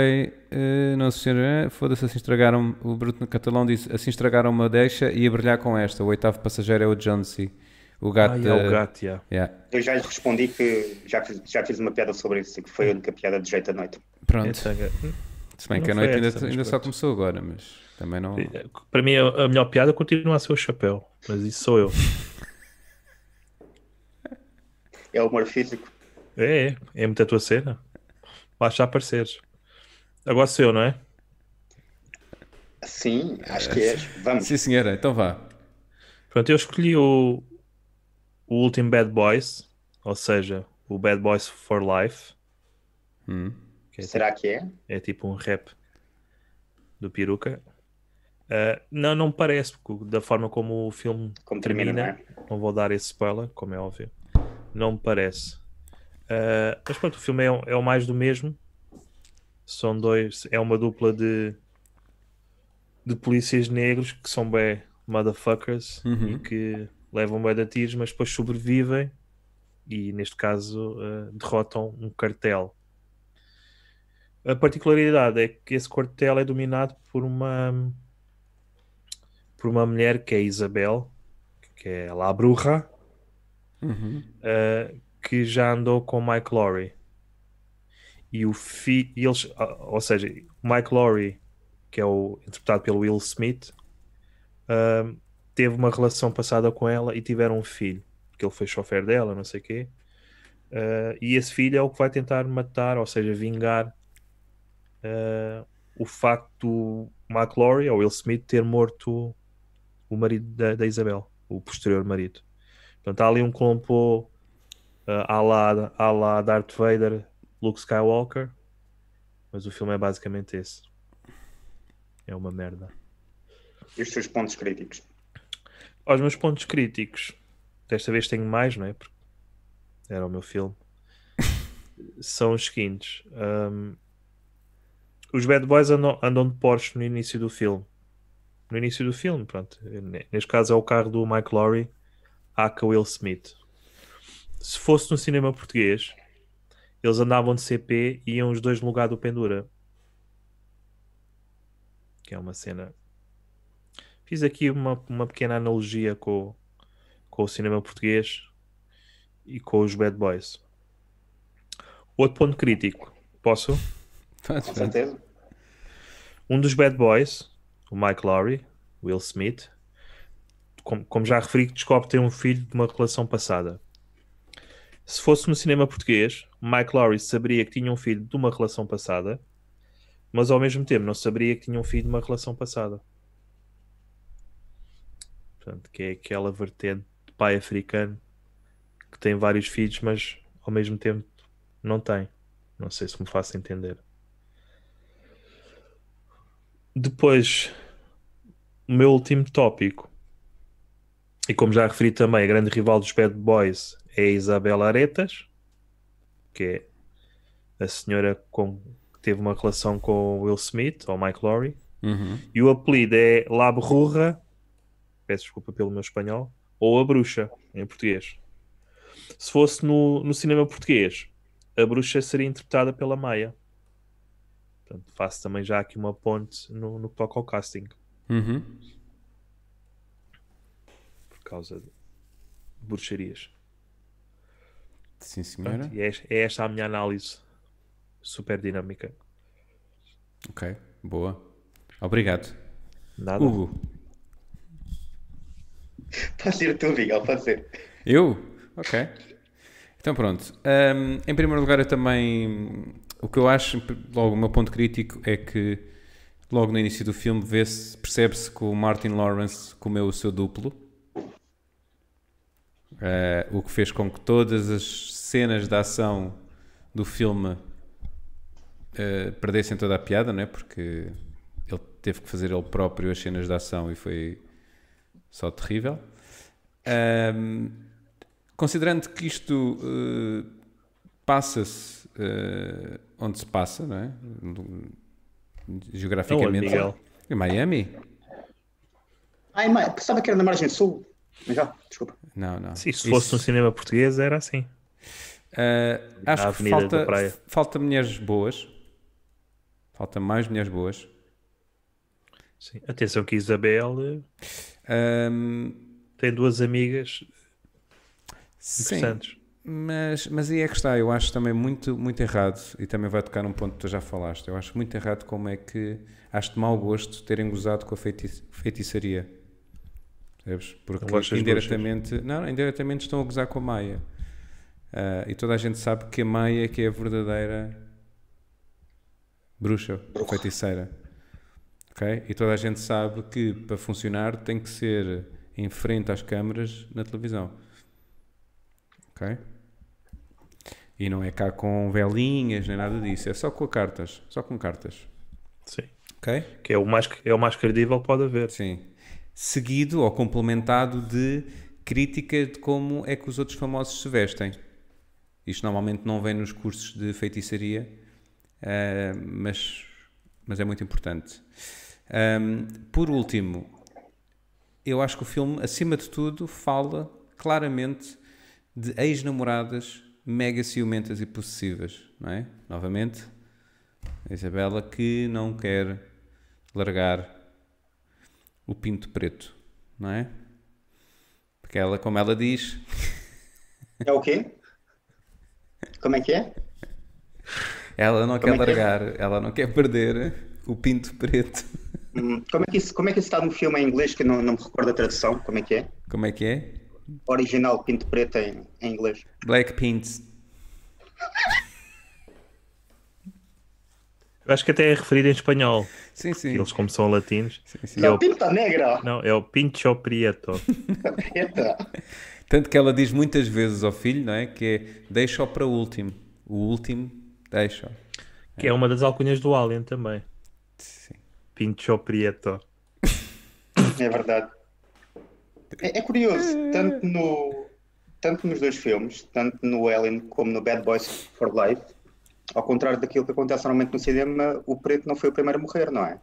eh, não se eh, foda-se, assim estragaram. O Bruto no Catalão diz: assim estragaram uma deixa e a brilhar com esta. O oitavo passageiro é o Jonesy. O gato. eh, Ah, é da- o gato, yeah. Yeah. Eu já lhe respondi que já fiz, já fiz uma piada sobre isso, que foi a única piada de jeito à noite. Pronto. É tanga. Se bem Não que foi a noite ainda, essa, mas ainda só pronto. começou agora, mas também não. Para mim, a a melhor piada continua a ser o chapéu, mas isso sou eu. É humor físico. É, é, é muito a tua cena. Basta apareceres. Agora sou eu, não é? Sim, acho que és. Vamos. Sim, senhora, então vá. Pronto, eu escolhi o, o último Bad Boys, ou seja, o Bad Boys for Life, Hum. que é Será que é? É tipo um rap do Peruca. Ah, não, não me parece, porque da forma como o filme Como termina, é? não vou dar esse spoiler, como é óbvio. Não me parece. Ah, mas pronto, o filme é, o- é o mais do mesmo. São dois. É uma dupla de, de polícias negros que são bem motherfuckers Uhum. e que levam bem de tiros, mas depois sobrevivem e neste caso ah, derrotam um cartel. A particularidade é que esse quartel é dominado por uma por uma mulher que é Isabel, que é La Bruja, Uhum. eh, que já andou com Mike Lowry. E o fi, e eles, ah, ou seja, Mike Lowry, que é o interpretado pelo Will Smith, ahm, teve uma relação passada com ela e tiveram um filho, porque ele foi chofer dela, não sei o quê. Ah, e esse filho é o que vai tentar matar, ou seja, vingar ah, o facto do Mike Lowry, ou Will Smith, ter morto o marido da, da Isabel, o posterior marido. Portanto, há ali um complô ah, à, la, à la Darth Vader, Luke Skywalker, mas o filme é basicamente esse. É uma merda. E os seus pontos críticos? Aos meus pontos críticos, desta vez tenho mais, não é? Porque era o meu filme. São os seguintes: Ahm, os Bad Boys andam, andam de Porsche no início do filme. No início do filme, pronto. Ne- Neste caso é o carro do Mike Lowry, aka Will Smith. Se fosse no cinema português, eles andavam de CP e iam os dois no lugar do Pendura. Que é uma cena fiz aqui uma, uma pequena analogia com, o- com o cinema português e com os Bad Boys. Outro ponto crítico, posso? Faz, Com faz. certeza. Um dos Bad Boys, o Mike Lowry, Will Smith, como, como já referi, que descobre ter um filho de uma relação passada. Se fosse no cinema português, Mike Lowry saberia que tinha um filho de uma relação passada, mas ao mesmo tempo não saberia que tinha um filho de uma relação passada. Portanto, que é aquela vertente de pai africano que tem vários filhos, mas ao mesmo tempo não tem. Não sei se me faço entender. Depois, o meu último tópico, e como já referi também, a grande rival dos Bad Boys é a Isabela Aretas, que é a senhora com, que teve uma relação com o Will Smith, ou Mike Lowry, Uhum. e o apelido é La Bruja, peço desculpa pelo meu espanhol, ou A Bruxa, em português. Se fosse no, no cinema português, a bruxa seria interpretada pela Maia. Portanto, faço também já aqui uma ponte no, no que toca ao casting, Uhum. por causa de bruxarias. Sim, senhora. Pronto, e é, es- é esta a minha análise super dinâmica. é. Ok, boa. Obrigado. Nada. Hugo, Pode ser tu, Miguel, pode ser. eu? Ok. Então pronto. Ahm, em primeiro lugar, eu também. O que eu acho, logo, o meu ponto crítico é que logo no início do filme vê-se- percebe-se que o Martin Lawrence comeu o seu duplo. Eh, o que fez com que todas as cenas da ação do filme eh, perdessem toda a piada, não é? Porque ele teve que fazer ele próprio as cenas da ação e foi só terrível. Ahm, considerando que isto eh, passa-se eh, onde se passa, não é? Geograficamente. Miguel? Em Miami? Ai, mãe, pensava que era na margem sul. Miguel, desculpa. Não, não. Sim, se Isso- fosse um no cinema português, era assim. Ah, acho que Avenida da falta, Praia. falta mulheres boas Falta mais mulheres boas. Sim. Atenção que Isabel eh, Ahm, tem duas amigas sim, interessantes. mas, mas aí é que está. Eu acho também muito, muito errado, e também vai tocar num ponto que tu já falaste. Eu acho muito errado como é que acho de mau gosto terem gozado com a feiti- feitiçaria. Percebes? Porque Não gostas de indiretamente, não, indiretamente estão a gozar com a Maia. Ah, e toda a gente sabe que a Maia é que é a verdadeira bruxa, Bruxa. feiticeira. Ok? E toda a gente sabe que para funcionar tem que ser em frente às câmaras na televisão. Ok? E não é cá com velinhas nem nada disso, é só com cartas, só com cartas. Sim. Ok? Que é o mais, é o mais credível que pode haver. Sim. Seguido ou complementado de crítica de como é que os outros famosos se vestem. Isto normalmente não vem nos cursos de feitiçaria, ah, mas, mas é muito importante. Ahm, por último, eu acho que o filme, acima de tudo, fala claramente de ex-namoradas mega ciumentas e possessivas, não é? Novamente, a Isabela que não quer largar o pinto preto, não é? Porque ela, como ela diz, É o quê? Como é que é? ela não Como quer é que é? largar, ela não quer perder o pinto preto. Hum, Como é que isso, como é que isso está no filme em inglês que eu não, não me recordo a tradução? Como é que é? Como é que é? Original Pinto Preto em, em inglês. Black Pint. Eu acho que até é referido em espanhol. Sim, sim. Eles, como são latinos. sim, sim. E é Não, o- Pinta Negra! Não, é o Pincho Prieto. Preta. Tanto que ela diz muitas vezes ao filho, não é? Que é deixa-o para o último. O último, deixa-o. Que é uma das alcunhas do Alien também. Sim. Pincho Prieto. É verdade. É, é curioso, tanto, no, tanto nos dois filmes, tanto no Ellen como no Bad Boys for Life, ao contrário daquilo que acontece normalmente no cinema, o preto não foi o primeiro a morrer, não é?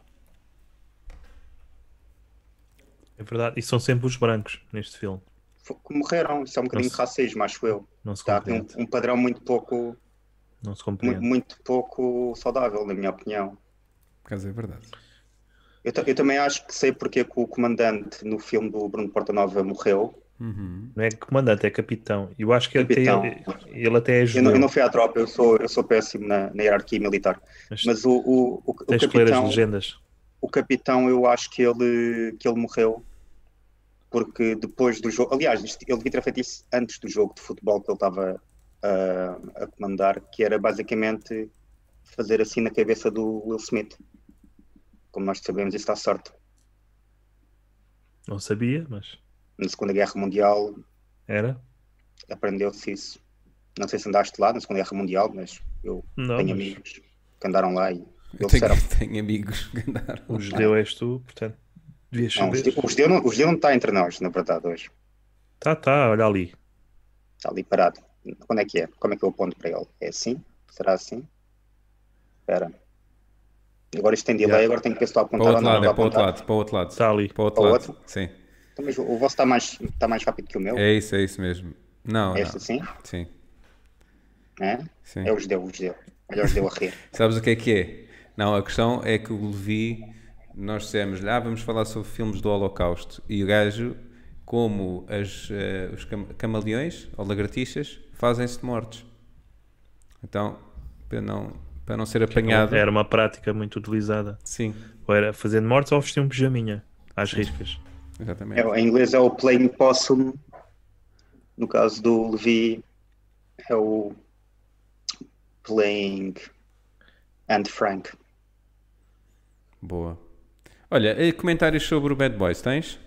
É verdade. E são sempre os brancos neste filme. Foi que morreram, isso é um bocadinho Não de se- racismo, acho eu. Não se Está aqui um, compreende. um padrão muito pouco, Não se mu- compreende. um muito pouco saudável, na minha opinião. Por causa é verdade. Eu, ta- eu também acho que sei porque é que o comandante no filme do Bruno Portanova morreu. Uhum. Não é comandante, é capitão. Eu acho que ele até, Capitão. ele até é Eu não, ajudou. eu não fui à tropa, eu sou, eu sou péssimo na, na hierarquia militar. Mas Mas o, o, o, o tens que ler as capitão, legendas. o capitão, eu acho que ele, que ele morreu porque depois do jogo. Aliás, isto- ele devia ter feito isso antes do jogo de futebol que ele estava ah, a comandar, que era basicamente fazer assim na cabeça do Will Smith. Como nós sabemos, isso dá sorte. Não sabia, mas Na Segunda Guerra Mundial era. aprendeu-se isso. Não sei se andaste lá na Segunda Guerra Mundial, mas eu Não, tenho mas amigos que andaram lá e Eu eles tenho, disseram. tenho amigos que andaram. o judeu és tu, portanto, devias Não, tipo- saber. o judeu- o judeu não- o judeu não está entre nós, na verdade, hoje. Tá, tá, olha ali. Está ali parado. Quando é que é? Como é que eu aponto para ele? É assim? Será assim? Espera. Agora isto tem delay, Já. agora tenho que ver se estou a Para o apontar ou outro não. lado, Estou é a para o outro apontar. lado, para o outro lado. Está ali. Para o outro Para o lado. Sim. Então, mas o vosso está mais, está mais rápido que o meu? É, É isso, é isso mesmo. Não, não. este assim? Sim. É? Sim. é o judeu, o judeu. Olha o judeu a rir. Sabes o que é que é? Não, a questão é que o Levi, nós dissemos-lhe, ah, vamos falar sobre filmes do Holocausto. E o gajo, como as, eh, os cam- camaleões ou lagartixas, fazem-se de mortos. Então, para não, para não ser apanhado. Era uma prática muito utilizada. Sim, Ou era fazendo mortes ou vestir um pijaminha às riscas. É, exatamente. em inglês é o playing possum. No caso do Levi, é o playing and Frank. Boa. Olha, eh, comentários sobre o Bad Boys, tens?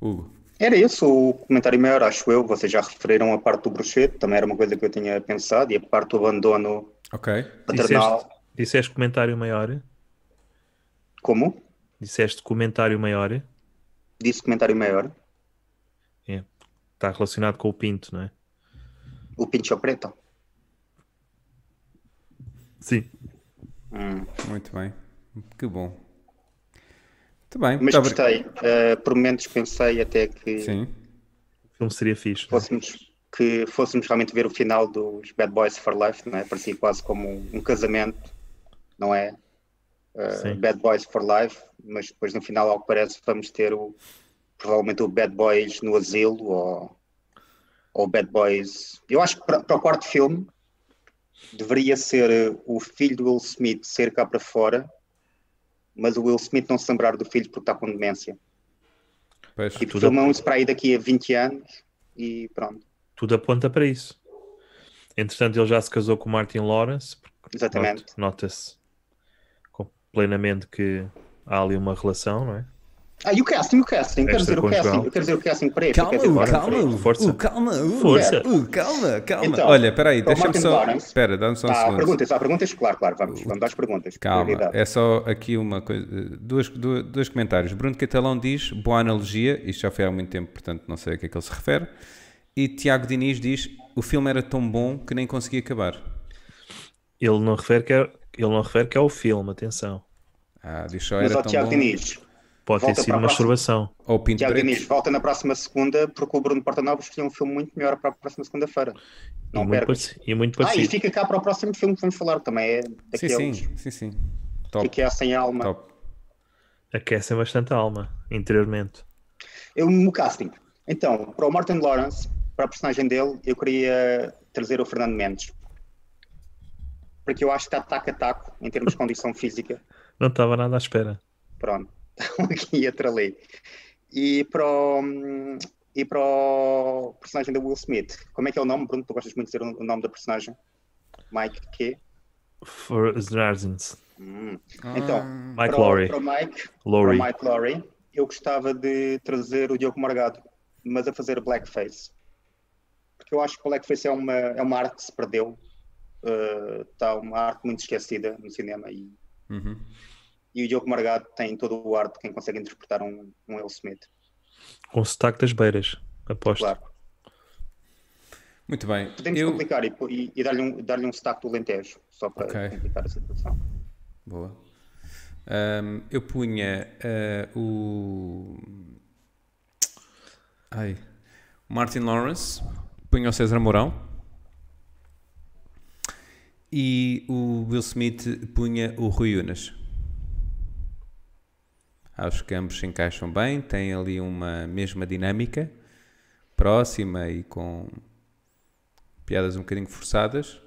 Hugo. Era isso o comentário maior, acho eu. Vocês já referiram a parte do bruxedo, também era uma coisa que eu tinha pensado, e a parte do abandono Ok. paternal. Disseste, disseste comentário maior? Como? Disseste comentário maior? Disse comentário maior. É. Está relacionado com o pinto, não é? O Pincho Preto. Sim. Hum. Muito bem. Que bom. Muito Tá bem. Mas muito obri- gostei. Eh, por momentos pensei até que Sim. O filme seria fixe. não é? fôssemos, que fôssemos realmente ver o final dos Bad Boys for Life, não é? Parecia quase como um, um casamento não é? Uh, Sim. Bad Boys for Life, mas depois no final, ao que parece, vamos ter o, provavelmente o Bad Boys no Asilo ou, ou Bad Boys. Eu acho que para, para o quarto filme deveria ser eh, o filho do Will Smith ser cá para fora, mas o Will Smith não se lembrar do filho porque está com demência. Pois, Tipo, Tudo- filmam isso para aí daqui a 20 anos e pronto. Tudo aponta para isso. Entretanto, ele já se casou com o Martin Lawrence, Exatamente. Not- Nota-se com- plenamente que há ali uma relação, não é? Ah, e o casting, o casting, quero dizer o Extraconjugal. casting, eu quero dizer o casting para este. eu Calma, quero dizer o Bora, casting para Fred, calma, força. uh, calma, uh, Força. uh, calma, calma. Então, Olha, peraí, o deixa-me Martin só. Lawrence- Espera, dá-me só um Ah, há segundo. perguntas, há perguntas? Claro, claro, vamos, vamos às perguntas. Calma, Prioridade. é só aqui uma coisa. Dois, du- dois comentários. Bruno Catalão diz boa analogia, isto já foi há muito tempo, portanto não sei a que é que ele se refere. E Tiago Diniz diz o filme era tão bom que nem consegui acabar. Ele não refere que é, ele não refere que é o filme, atenção. Ah, diz só Mas era ao tão Tiago bom. Diniz, Pode Volta ter sido para a masturbação. Ou Pinto Tiago Preto. Diniz, volta na próxima segunda porque o Bruno Portanovos escolheu um filme muito melhor para a próxima segunda-feira. E Não muito, perca. pareci- e muito Ah, e parecido. fica cá para o próximo filme que vamos falar também. É Sim, daqueles sim, sim, sim. que Top, aqui é sem alma. top. Aquecem bastante a alma, interiormente. Eu no casting. Então, para o Martin Lawrence, para a personagem dele, eu queria trazer o Fernando Mendes. Porque eu acho que está taco a taco em termos de condição física. Não estava nada à espera. Pronto, estão aqui a tralei. E para o, e para o personagem da Will Smith, como é que é o nome, Bruno? Tu gostas muito de dizer o nome da personagem? Mike quê? For Zarzins. Hum. Então, Ah, Mike para, Lowry. O, para o Mike, para o Lowry. Mike Laurie, eu gostava de trazer o Diogo Morgado, mas a fazer blackface. Porque eu acho que blackface é uma, é uma arte que se perdeu. Eh, Está uma arte muito esquecida no cinema e, Uhum. e o Diogo Morgado tem todo o arte de quem consegue interpretar um, um Will Smith. Com sotaque das beiras, aposto. Claro. Muito bem. Podemos Eu... complicar e, e- e dar-lhe um, dar um sotaque do Lentejo, só para Ok. complicar a situação. Boa. Ahm, eu punha ah, o. Ai. Martin Lawrence. Punha o César Mourão. E o Will Smith punha o Rui Unas. Acho que ambos se encaixam bem, têm ali uma mesma dinâmica, próxima e com piadas um bocadinho forçadas.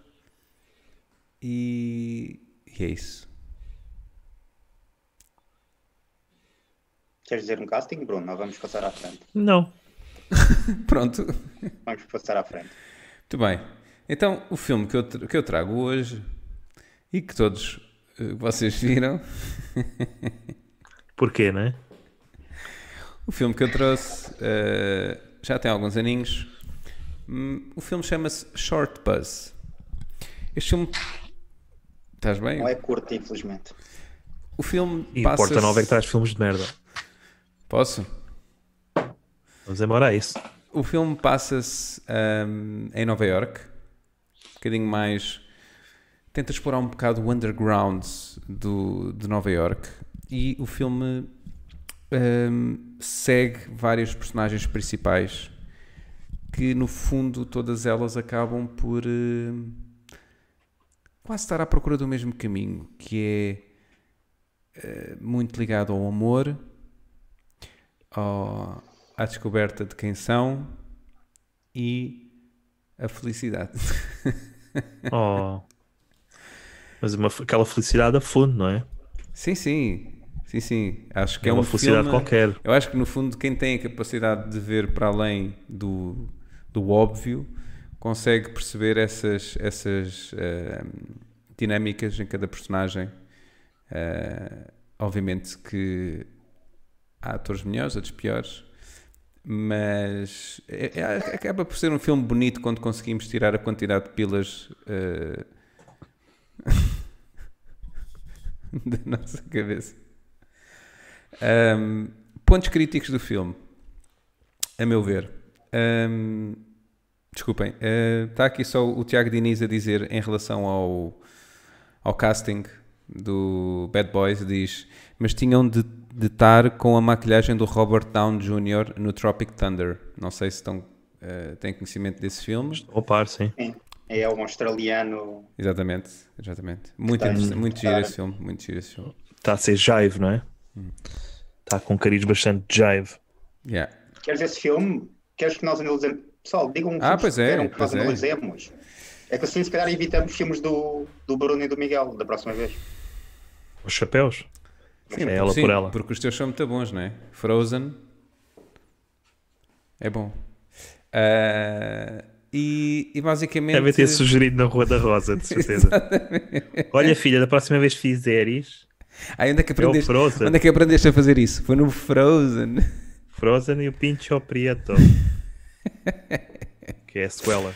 E, e é isso. Queres dizer um casting, Bruno? Nós vamos passar à frente. Não. Pronto. Vamos passar à frente. Muito bem. Então, o filme que eu, tra- que eu trago hoje e que todos eh, vocês viram, Porquê, né? o filme que eu trouxe eh, já tem alguns aninhos. Hum, O filme chama-se Short Buzz. Este filme. Estás bem? Não é curto, infelizmente. O filme. E passa Porta Nova é que traz filmes de merda. Posso? Vamos embora a isso. O filme passa-se ahm, em Nova York, um bocadinho mais. Tenta explorar um bocado o underground do, de Nova York e o filme ahm, segue vários personagens principais que no fundo todas elas acabam por ahm, quase estar à procura do mesmo caminho, que é eh, muito ligado ao amor, ao- à descoberta de quem são e à felicidade. Oh. Mas uma, aquela felicidade a fundo, não é? sim, sim, sim, sim. Acho que é, é uma um felicidade filme- qualquer. Eu acho que no fundo quem tem a capacidade de ver para além do, do óbvio consegue perceber essas, essas eh, dinâmicas em cada personagem. Eh, obviamente que há atores melhores, outros piores, mas é- é- acaba por ser um filme bonito quando conseguimos tirar a quantidade de pilas eh, da nossa cabeça. Um, pontos críticos do filme, a meu ver. Um, desculpem, uh, está aqui só o Tiago Diniz a dizer em relação ao, ao casting do Bad Boys: diz, mas tinham de, de estar com a maquilhagem do Robert Downey Jr. no Tropic Thunder. Não sei se estão, uh, têm eh, conhecimento desse filme. Ou par, sim. Sim. É um australiano. Exatamente, exatamente. Muito, interessante, muito giro esse filme, muito giro esse filme. Está a ser jive, não é? Hum. Está com um cariz bastante jive. Yeah. Queres esse filme? Queres que nós analisemos? Pessoal, digam Ah, filmes pois que é, queiram que pois nós é. analisemos. É que assim, se calhar, evitamos filmes do, do Bruno e do Miguel da próxima vez. Os chapéus. Sim, é ela sim, por ela. Porque os teus são muito bons, não é? Frozen é bom. Ah, e, e basicamente. Devem ter sugerido na Rua da Rosa, de certeza. Olha, filha, da próxima vez que fizeres Ah, onde é que é o aprendeste? Frozen. Onde é que aprendeste a fazer isso? Foi no Frozen. Frozen e o Pincho Prieto. que é a sequela.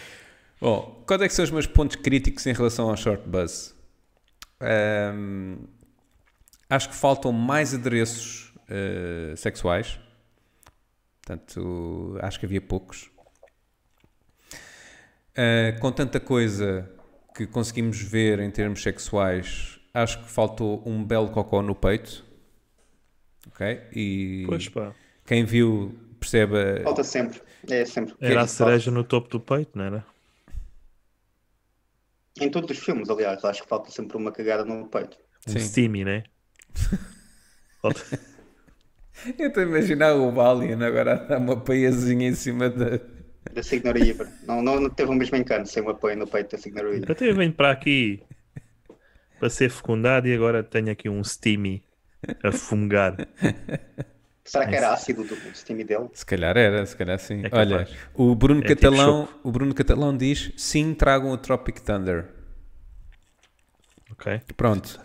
Bom, quais é que são os meus pontos críticos em relação ao short bus? Ahm, acho que faltam mais adereços eh, sexuais. Portanto, acho que havia poucos. Ah, com tanta coisa que conseguimos ver em termos sexuais, acho que faltou um belo cocó no peito. Ok? E Pois pá. quem viu percebe. eh, a- Falta sempre. É sempre. Era a Falta- cereja no topo do peito, não era? Em todos os filmes, aliás, acho que falta sempre uma cagada no peito. Um Sim. steamy, né? Falta- Eu estou a imaginar o Alien agora a dar uma paiazinha em cima da. Da Signora Iber. Não, não, não teve o mesmo encanto sem o apoio no peito da Signora Iber. Até eu venho para aqui para ser fecundado e agora tenho aqui um steamy a fungar. Será que era ácido do time dele? Se calhar era, se calhar sim. É capaz. Olha, o Bruno, tipo Catalão, o Bruno Catalão diz: sim, tragam o Tropic Thunder. Ok? Pronto.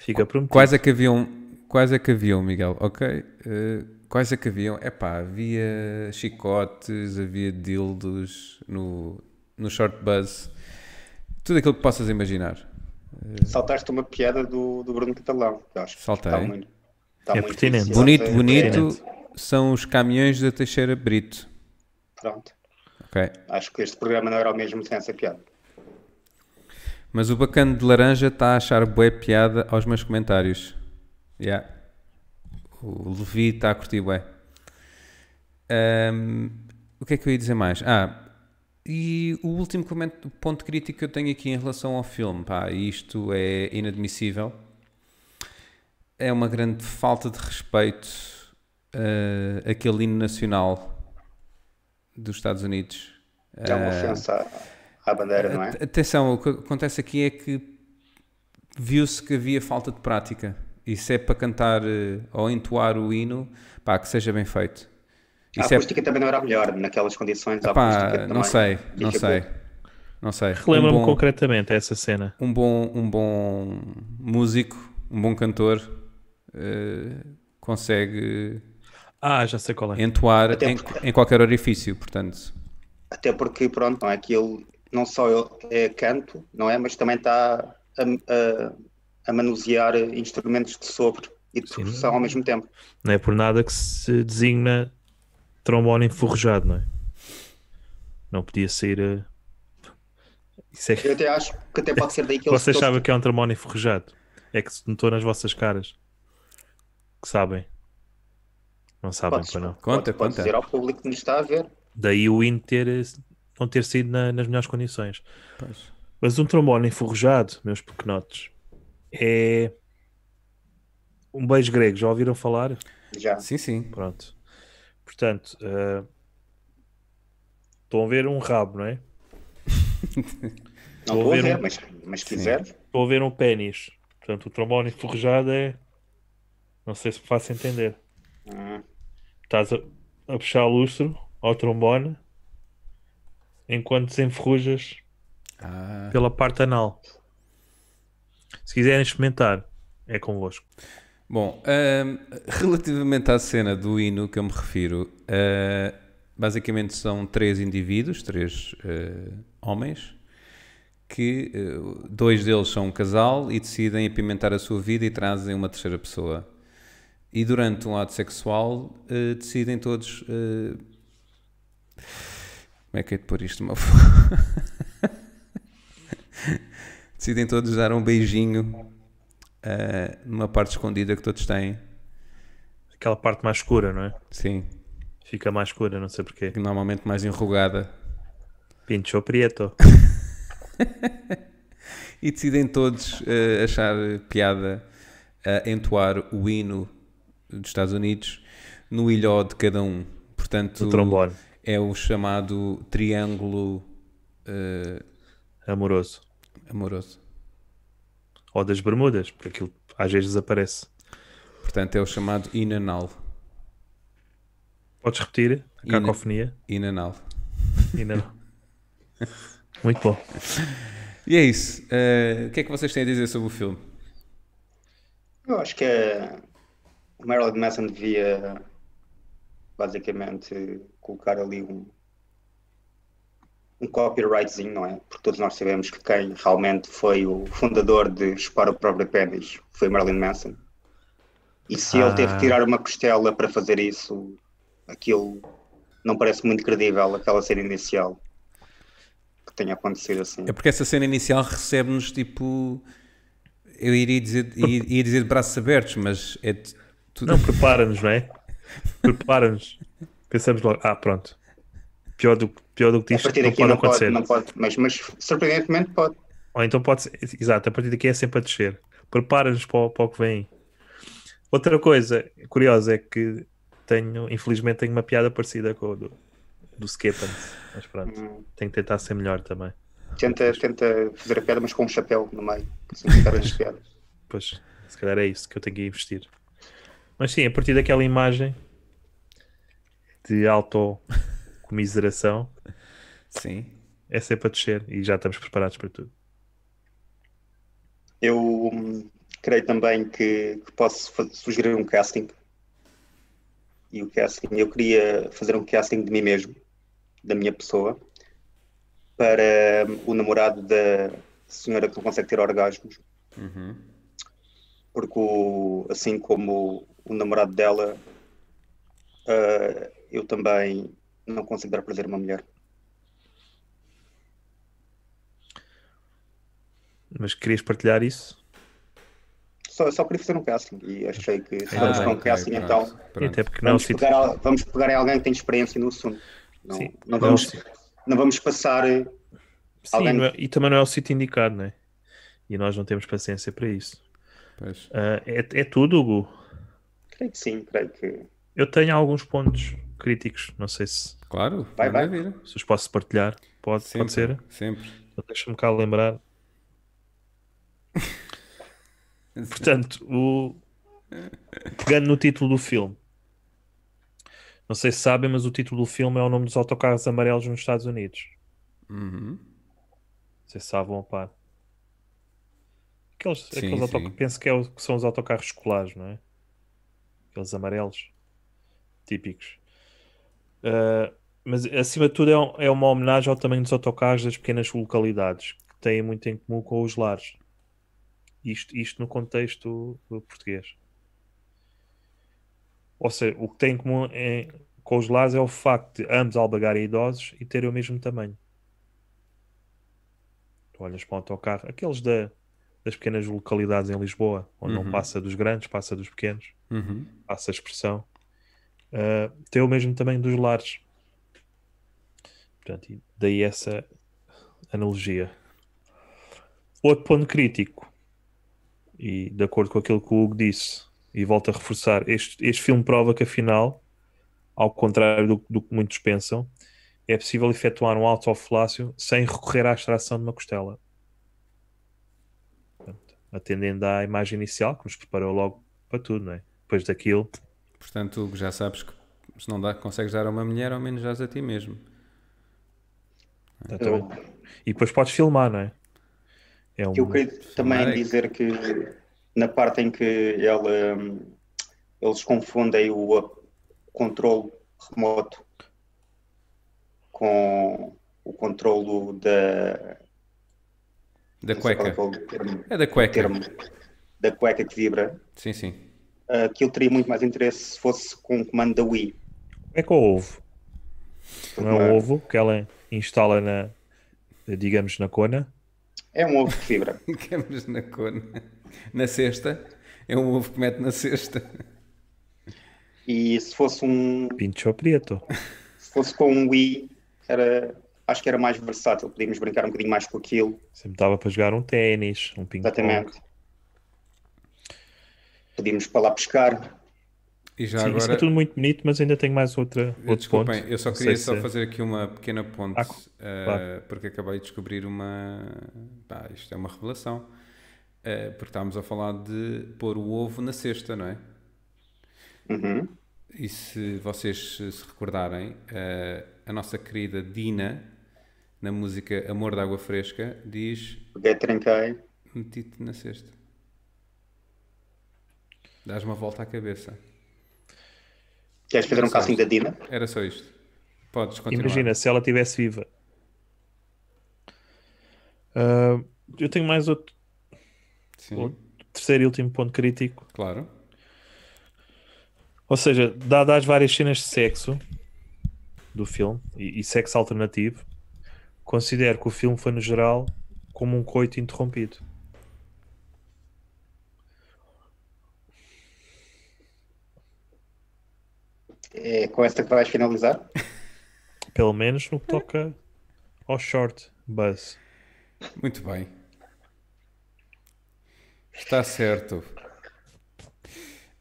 Fica prometido. Quais é que haviam? Quais é que haviam, Miguel? Ok. eh, quais é que haviam? Epá, havia chicotes, havia dildos no, no short buzz. Tudo aquilo que possas imaginar. Saltaste uma piada do, do Bruno Catalão. que eu acho que é. Saltei. Está muito, está É muito pertinente. viciado, Bonito, é bonito pertinente. são os caminhões da Teixeira Brito. Pronto. Ok. Acho que este programa não era o mesmo sem essa piada. Mas o bacana de laranja está a achar bué piada aos meus comentários. Yeah. O Levi está a curtir bué. Ahm, o que é que eu ia dizer mais? Ah, e o último comento- ponto crítico que eu tenho aqui em relação ao filme, pá, isto é inadmissível. É uma grande falta de respeito ah, àquele hino nacional dos Estados Unidos. É Eh, uma ofensa à, à bandeira, não é? At- Atenção, o que acontece aqui é que viu-se que havia falta de prática. E se é para cantar eh, ou entoar o hino, pá, que seja bem feito. A Isso é- acústica também não era a melhor naquelas condições. a acústica pá, também tipo, não sei, não dificulta. sei. Não sei. Relembra-me um bom, concretamente essa cena. um bom um bom músico, um bom cantor eh, consegue Ah, já sei qual é. entoar Até em, porque- em qualquer orifício, portanto. Até porque, pronto, não é que ele não só ele é canto, não é? Mas também está a, a- a manusear instrumentos de sopro e de percussão ao mesmo tempo. Não é por nada que se designa trombone enferrujado, não é? Não podia ser. eh, Isso é Eu que... até acho que até pode ser daí que ele Vocês se trouxe- sabem o que é um trombone enferrujado? É que se notou nas vossas caras. Que sabem. Não sabem, pode, Tá pois não. Conta, pode- pode conta. dizer ao público que nos está a ver. Daí o hino ter, eh, não ter sido na- nas melhores condições. Pois. Mas um trombone enferrujado, meus pequenotes, é um beijo grego. Já ouviram falar? Já. Sim, sim. Pronto. Portanto, eh, estão a ver um rabo, não é? Não Vou estou a ver ver, um- mas, mas se quiseres. Estão a ver um pênis. Portanto, o trombone enferrujado é. Não sei se me faço entender. Hum, Estás a, a puxar o lustro ao trombone enquanto desenferrujas Ah, pela parte anal. Se quiserem experimentar, é convosco. Bom, ahm, relativamente à cena do hino que eu me refiro, ah, basicamente são três indivíduos, três ah, homens, que ah, dois deles são um casal e decidem apimentar a sua vida e trazem uma terceira pessoa. E durante um ato sexual ah, decidem todos. ah, como é que é de pôr isto de uma forma? decidem todos dar um beijinho ah, numa parte escondida que todos têm. Aquela parte mais escura, não é? Sim, Fica mais escura, não sei porquê. normalmente mais enrugada. Pincho prieto. e decidem todos eh, achar piada a entoar o hino dos Estados Unidos no ilhó de cada um. Portanto, O trombone. é o chamado triângulo eh, Amoroso. amoroso. Ou das bermudas, porque aquilo às vezes desaparece. Portanto, é o chamado inanal. Podes repetir? A E- cacofonia? Inanal. E não. Muito bom. E é isso. Eh, o que é que vocês têm a dizer sobre o filme? Eu acho que a a Marilyn Manson devia basicamente colocar ali um, um copyrightzinho, não é? Porque todos nós sabemos que quem realmente foi o fundador de chupar o próprio pênis foi Marilyn Manson. E se ele teve Ah. que tirar uma costela para fazer isso, aquilo não parece muito credível, aquela cena inicial que tenha acontecido assim. É porque essa cena inicial recebe-nos tipo. Eu iria dizer, ia, ia dizer de braços abertos, mas é t- tudo. Não, prepara-nos, não é? Prepara-nos. Pensamos logo, ah, pronto. Pior do, pior do que A isto partir não daqui pode não pode, acontecer. não pode, mas, mas surpreendentemente pode. Ou então pode ser, exato, a partir daqui é sempre a descer. Prepara-nos para, o- para o que vem. Outra coisa curiosa é que tenho, infelizmente, tenho uma piada parecida com a do, do Skepant. Mas pronto, Hum. tenho que tentar ser melhor também. Tenta, tenta fazer a piada, mas com um chapéu no meio. Assim, ficar as piadas. Pois, se calhar é isso que eu tenho que investir. Mas sim, a partir daquela imagem de autocomiseração, Sim. é sempre a descer e já estamos preparados para tudo. Eu hum, creio também que, que posso fa- sugerir um casting. E o casting, eu queria fazer um casting de mim mesmo, da minha pessoa, para hum, o namorado da senhora que não consegue ter orgasmos. Porque, o- assim como o namorado dela, ah, eu também não consigo dar prazer a uma mulher. Mas querias partilhar isso? Só, só queria fazer um casting e achei que se vamos Ah, para um ok, casting, pronto, então E pronto. até porque não é vamos, se pegar, al- vamos pegar em alguém que tem experiência no assunto. Não, Sim, não não, vamos, se- não vamos passar. eh, Sim, Alguém- não é- e também não é o sítio indicado, não é? E nós não temos paciência para isso. Pois. Ah, é, é tudo, Hugo. Creio que sim, creio que. Eu tenho alguns pontos críticos, não sei se, Claro, Vai, vai. manda vir. se os posso partilhar. Pode, Sempre, pode ser? Sempre. Então Deixa-me cá lembrar. Portanto, o... pegando no título do filme, não sei se sabem, mas o título do filme é o nome dos autocarros amarelos nos Estados Unidos. Uhum. Não sei se sabem ou par. Aqueles, Sim, aqueles autoc- sim. Penso que, é o- que são os autocarros escolares, não é? Aqueles amarelos típicos. Ah, mas acima de tudo é, um- é uma homenagem ao tamanho dos autocarros das pequenas localidades, que têm muito em comum com os lares. Isto, isto no contexto eh, português. Ou seja, o que tem em comum é- com os lares é o facto de ambos albergarem idosos e terem o mesmo tamanho. Tu olhas para o autocarro, aqueles da- das pequenas localidades em Lisboa, onde Uhum. não passa dos grandes, passa dos pequenos Uhum. passa a expressão, ah, tem o mesmo tamanho dos lares. Portanto, e daí essa analogia. Outro ponto crítico, e de acordo com aquilo que o Hugo disse, e volto a reforçar, este, este filme prova que afinal, ao contrário do, do que muitos pensam, é possível efetuar um autoflácio sem recorrer à extração de uma costela. Portanto, atendendo à imagem inicial, que nos preparou logo para tudo, não é? Depois daquilo, Portanto, Hugo, já sabes que se não dá, consegues dar a uma mulher, ao menos dás a ti mesmo. Tá, Eu, Exatamente. E depois podes filmar, não é? É um... É. eh, eu queria também Mike. dizer que na parte em que ele, hum, eles confundem o ah, controle remoto com o controlo da. Da não sei qual é cueca. que é o termo- É da cueca. termo da cueca que vibra. Sim, sim. Ah, que eu teria muito mais interesse se fosse com o comando da Wii. É com o ovo. Não é Não é? o ovo que ela instala na, digamos, na cona. É um ovo que vibra. Quemas na cona. Na cesta. É um ovo que mete na cesta. E se fosse um, Pincho preto. se fosse com um Wii, um era acho que era mais versátil, podíamos brincar um bocadinho mais com aquilo. Sempre dava para jogar um ténis, um ping-pong. Exatamente. Podíamos para lá pescar. E já Sim, isso é agora, Eh, tudo muito bonito, mas ainda tenho mais outra, outro desculpem, ponto. eu só Não queria sei só se- é. fazer aqui uma pequena ponte, Ah, c- eh, claro. porque acabei de descobrir uma. Pá, isto é uma revelação. Eh, porque estávamos a falar de pôr o ovo na cesta, não é? Uhum. E se vocês se se recordarem, eh, a nossa querida Dina, na música Amor de Água Fresca, diz Peguei, tranquei. meti-te na cesta. Dás uma volta à cabeça. Queres fazer um casting da Dina? Era só isto. Podes continuar. Imagina se ela estivesse viva. Ah, eu tenho mais outro, Sim, outro terceiro e último ponto crítico. claro. Ou seja, dadas as várias cenas de sexo do filme e, e sexo alternativo, considero que o filme foi, no geral, como um coito interrompido. É com esta que vais finalizar? Pelo menos no que toca ao short buzz. Muito bem. Está certo.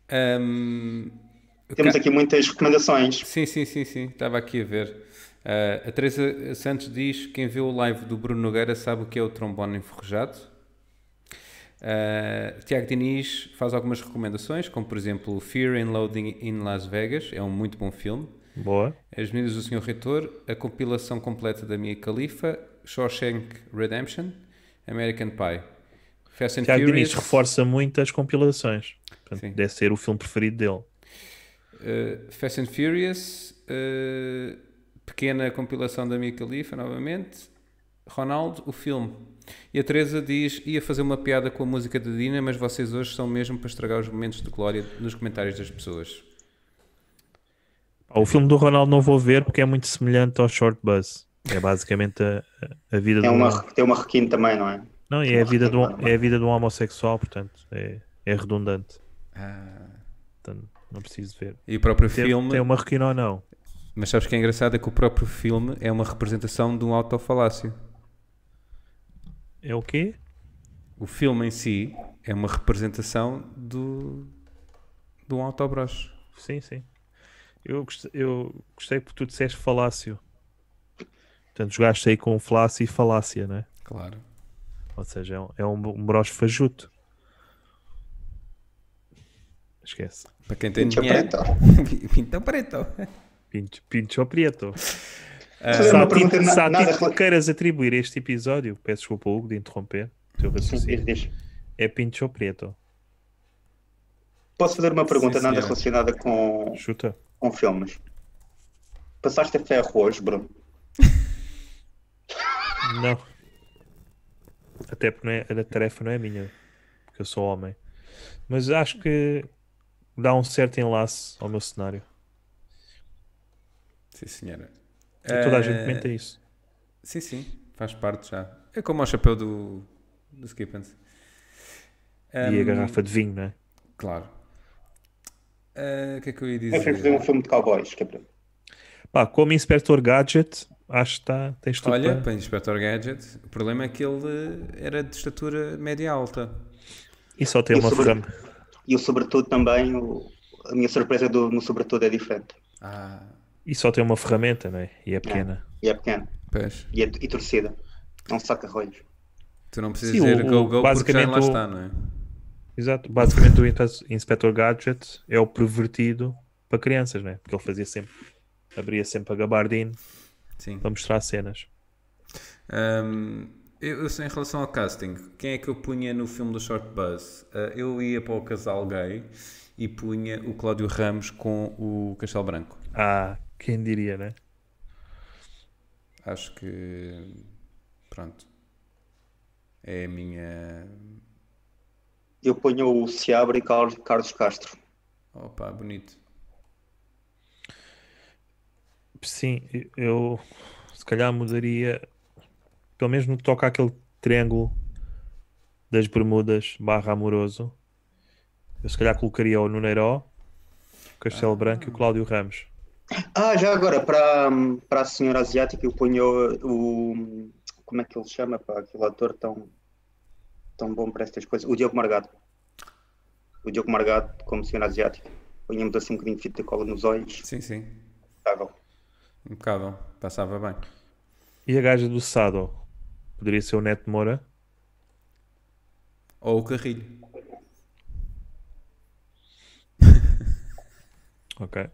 Ahm, Temos ca- aqui muitas recomendações. Sim, sim, sim, sim. Estava aqui a ver. Ah, a Teresa Santos diz quem vê o live do Bruno Nogueira sabe o que é o trombone enferrujado. Ah, Tiago Diniz faz algumas recomendaçes, como por exemplo Fear and Loading in Las Vegas, é um muito bom filme. Boa. As Meninas do Senhor Reitor, a compilação completa da Mia Khalifa, Shawshank Redemption, American Pie. Fast and Tiago Furious. Diniz reforça muito as compilações. Portanto, Sim. deve ser o filme preferido dele. Uh, Fast and Furious, uh, pequena compilação da Mia Khalifa novamente, Ronaldo, o filme. E a Teresa diz, ia fazer uma piada com a música da Dina, mas vocês hoje são mesmo para estragar os momentos de glória nos comentários das pessoas. Pá, O filme do Ronaldo não vou ver porque é muito semelhante ao Short Buzz. É basicamente a, a vida de Tem um, É uma, tem uma requinte também, não é? não, e é a vida de um, é a vida de um homossexual, portanto, é, é redundante. Ah. Portanto, não preciso ver. E o próprio Tem, filme... tem um- uma requina ou não? Mas sabes que é engraçado é que o próprio filme é uma representação de um autofalácio. É o quê? O filme em si é uma representação do, de um autobroche. Sim, sim. Eu gostei, eu gostei porque tu disseste falácio. Portanto, jogaste aí com flácio e falácia, né? Claro. Ou seja, é um, é um, um broche fajuto. Esquece. Para quem tem Pinto dinheiro. Pinto preto. Pincho, pincho preto. É. Fazer Se uma há pergunta tipo, se na, há nada tipo que queiras atribuir a este episódio, peço desculpa, Hugo, de interromper o teu raciocínio. relacionada. É Pincho Preto. Posso fazer uma pergunta Sim, nada senhora. relacionada com, Chuta. com filmes? Passaste a ferro hoje, Bruno? Não. Até porque não é, a tarefa não é minha. Porque eu sou homem. Mas acho que dá um certo enlace ao meu cenário. Sim, senhora. E toda a Eh, gente comenta isso. Sim, sim. Faz parte já. É como o chapéu do, do Skippens. E a garrafa de vinho, não é? Claro. Eh, O que é que eu ia Eu quero fazer um dizer? filme de cowboys, Gabriel. Pá, como Inspector Gadget, acho que está. Tens tudo Olha, para- para o Inspector Gadget, o problema é que ele era de estatura média-alta. E só tem E uma sobre- frame. E o sobretudo também, o- a minha surpresa do, no sobretudo é diferente. Ah, E só tem uma ferramenta, não é? E é pequena. E é pequeno. pois. E, é, e torcida. É um saco de rolhos. Tu não precisas Sim, dizer o- go o- go porque já lá basicamente o- está, não é? Exato. Basicamente, o Inspe- Inspector Gadget é o pervertido para crianças, né? Porque ele fazia sempre, abria sempre a gabardine Sim. para mostrar cenas. Ahm, eu, eu sei em relação ao casting, quem é que eu punha no filme do Short Buzz? Ah, eu ia para o casal gay e punha o Cláudio Ramos com o Castelo Branco. Ah, quem diria, né? Acho que. Pronto. É a minha. Eu ponho o Seabra e Carlos, Carlos Castro. Opa, bonito. Sim, eu se calhar mudaria, pelo menos no que toca àquele triângulo das Bermudas barra amoroso, Ah. eu se calhar colocaria o Nuneiró, o Castelo Branco e o Cláudio Ramos. Ah, já agora, para, para a senhora asiática, eu ponho o. Como é que ele se chama? Para aquele ator tão, tão bom para estas coisas. O Diogo Margado. O Diogo Margado, como senhora asiática. Ponhamos assim um bocadinho de fita de cola nos olhos. Sim, sim. Impecável. Impecável. Passava bem. E a gaja do Sado? Poderia ser o Neto Moura? Ou o Carrilho. Ok.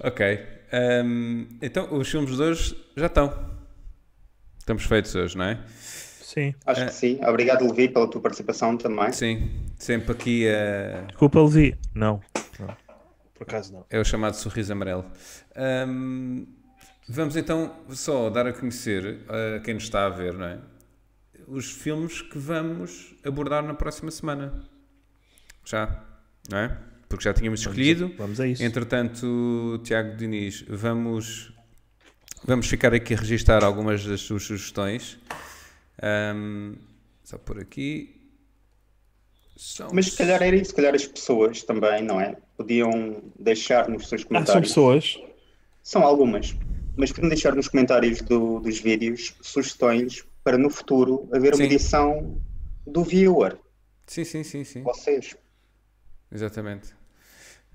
Ok. Hum, então, os filmes de hoje já estão. Estamos feitos hoje, não é? Sim. Acho que sim. Obrigado, Levi, pela tua participação também. Sim. Sempre aqui a. Desculpa, Levi. Não. não. Por acaso não. É o chamado sorriso amarelo. Hum, vamos então só dar a conhecer a quem nos está a ver, não é? Os filmes que vamos abordar na próxima semana. Já, não é? Porque já tínhamos Vamos a- escolhido. Vamos a isso. Entretanto, Tiago Diniz, vamos, vamos ficar aqui a registar algumas das suas sugestões. Ahm, só por aqui. um São- Mas se calhar era isso, se calhar as pessoas também, não é? Podiam deixar nos seus Ah, são comentários. pessoas. São algumas, mas podem deixar nos comentários do- dos vídeos sugestões para no futuro haver uma Sim. edição do viewer, Sim, sim, sim, sim. vocês. Exatamente.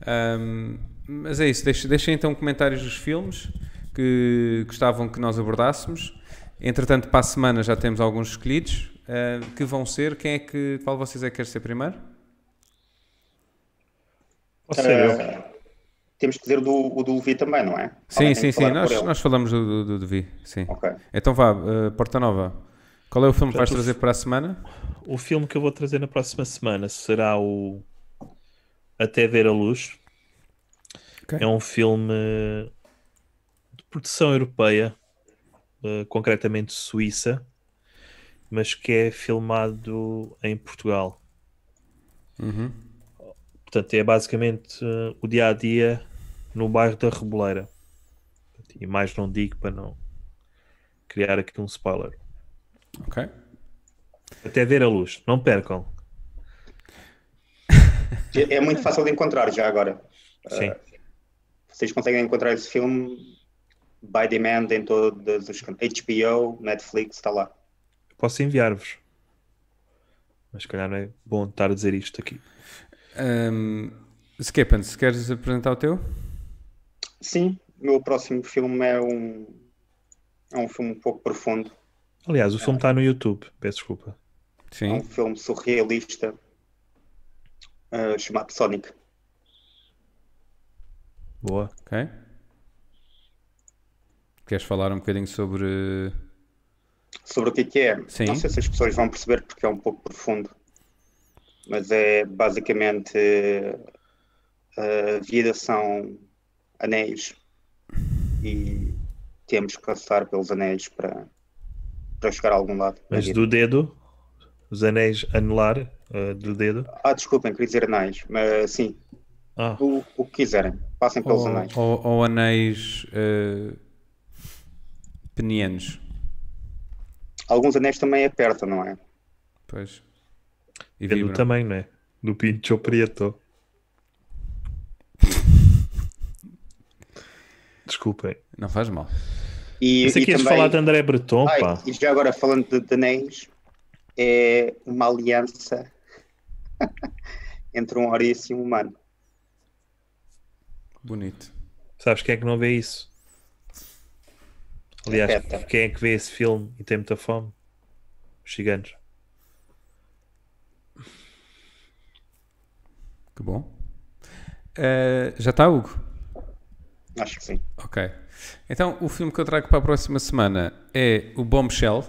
Ahm, mas é isso. Deixem, deixem então comentários dos filmes que gostavam que nós abordássemos. Entretanto, para a semana já temos alguns escolhidos. ah, que vão ser? Quem é que. Qual de vocês é que quer ser primeiro? Ou seja, Ah, temos que dizer o do, o do Levi também, não é? Sim, Alguém tem sim, que sim. falar por Nós, ele. nós falamos do, do, do Davi. Sim. Ok. Então vá, eh, Porta Nova. Qual é o filme que vais Portanto, trazer para a semana? o filme que eu vou trazer na próxima semana será o Até Ver a Luz. Ok. É um filme de produção europeia, eh, concretamente suíça, mas que é filmado em Portugal. Uhum. Portanto, é basicamente eh, o dia a dia no bairro da Reboleira. E mais não digo para não criar aqui um spoiler. Ok. Até ver a luz, não percam. É é muito fácil de encontrar já agora. Sim. Vocês conseguem encontrar esse filme by demand em todos os canais. HBO, Netflix, está lá. Posso enviar-vos. Mas se calhar não é bom estar a dizer isto aqui. Um, Skippens, se queres apresentar o teu? Sim, o meu próximo filme é um, é um filme um pouco profundo. Aliás, o filme está no YouTube, peço desculpa. É um Sim. filme surrealista ah, chamado Sonic. Boa. Ok. Queres falar um bocadinho sobre. Sobre o que que é? Sim. Não sei se as pessoas vão perceber porque é um pouco profundo, mas é basicamente eh, a vida são anéis e temos que passar pelos anéis para, para chegar a algum lado. na Mas vida. do dedo, os anéis anelar eh, do dedo. Ah, desculpem, queria dizer anéis, mas sim, Ah, o, o que quiserem, passem pelos Ou, anéis. ou, ou anéis. eh, penianos. Alguns anéis também apertam, não é? Pois. E dedo vibram. também, não é? Do pincho preto. Desculpem. Não faz mal. E, Pensei e que ias também- falar de André Breton, Ai, pá. e já agora falando de, de anéis, é uma aliança entre um ouriço e um humano. Bonito. Sabes quem é que não vê isso? Aliás, Peta. quem é que vê esse filme e tem muita fome? Os gigantes. Que bom. Eh, já está, Hugo? Acho que sim. Ok. Então, o filme que eu trago para a próxima semana é o Bombshell.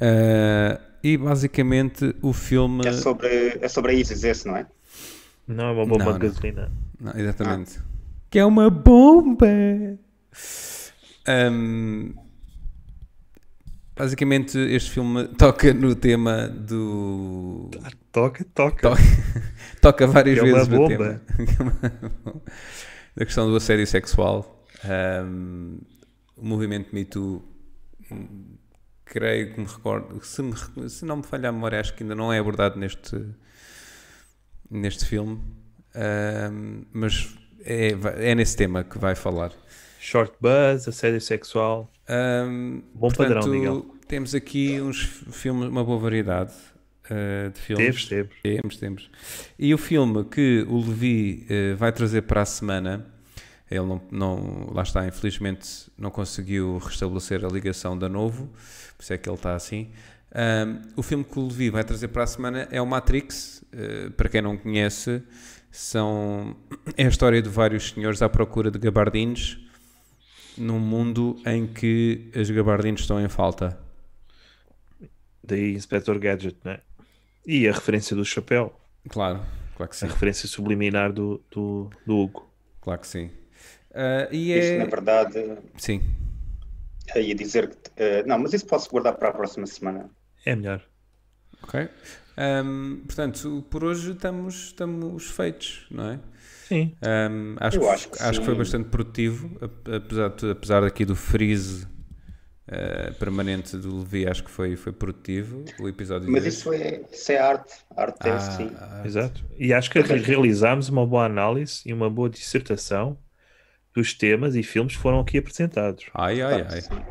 Eh, e basicamente o filme. Eh, É sobre, é sobre a ISIS esse, não é? Não é uma bomba Não, de não. gasolina. Não, exatamente. Que é uma bomba! Ahm, basicamente, este filme toca no tema do. Toca, toca. Toca, toca várias Que é uma vezes no bomba. tema. Que é uma bomba. da questão do assédio sexual. Ahm, o movimento Me Too, hum, creio que me recordo, se, me re- se não me falha a memória, acho que ainda não é abordado neste, neste filme. Ahm, mas é, é nesse tema que vai falar. Short buzz, assédio sexual. Ahm, Bom Hum, portanto, padrão, Miguel. Temos aqui uns filmes, uma boa variedade ah, de filmes. Temos, temos. Temos, temos. E o filme que o Levi eh, vai trazer para a semana, ele não, não- lá está, infelizmente não conseguiu restabelecer a ligação da Novo, por isso é que ele está assim. Ahm, o filme que o Levi vai trazer para a semana é o Matrix, eh, para quem não conhece, são, é a história de vários senhores à procura de gabardines num mundo em que as gabardines estão em falta. Daí Inspector Gadget, né? E a referência do chapéu, Claro, claro que a sim, referência subliminar do, do, do Hugo. claro que sim. Ah, e Isto, na é... verdade, Sim, eu ia dizer que. eh, não, mas isso posso guardar para a próxima semana. É melhor. Ok. Ahm, portanto, por hoje estamos, estamos feitos, não é? Sim. Ahm, acho, Eu que, acho que acho que foi sim. bastante produtivo, ap- apesar, de, apesar daqui do freeze ah, permanente do Levi, acho que foi, foi produtivo o episódio Mas de isso é, isso é arte. A arte é Ah, assim. Exato. E acho que re- realizámos uma boa análise e uma boa dissertação dos temas e filmes que foram aqui apresentados. Ai, ai, ai. é Sim.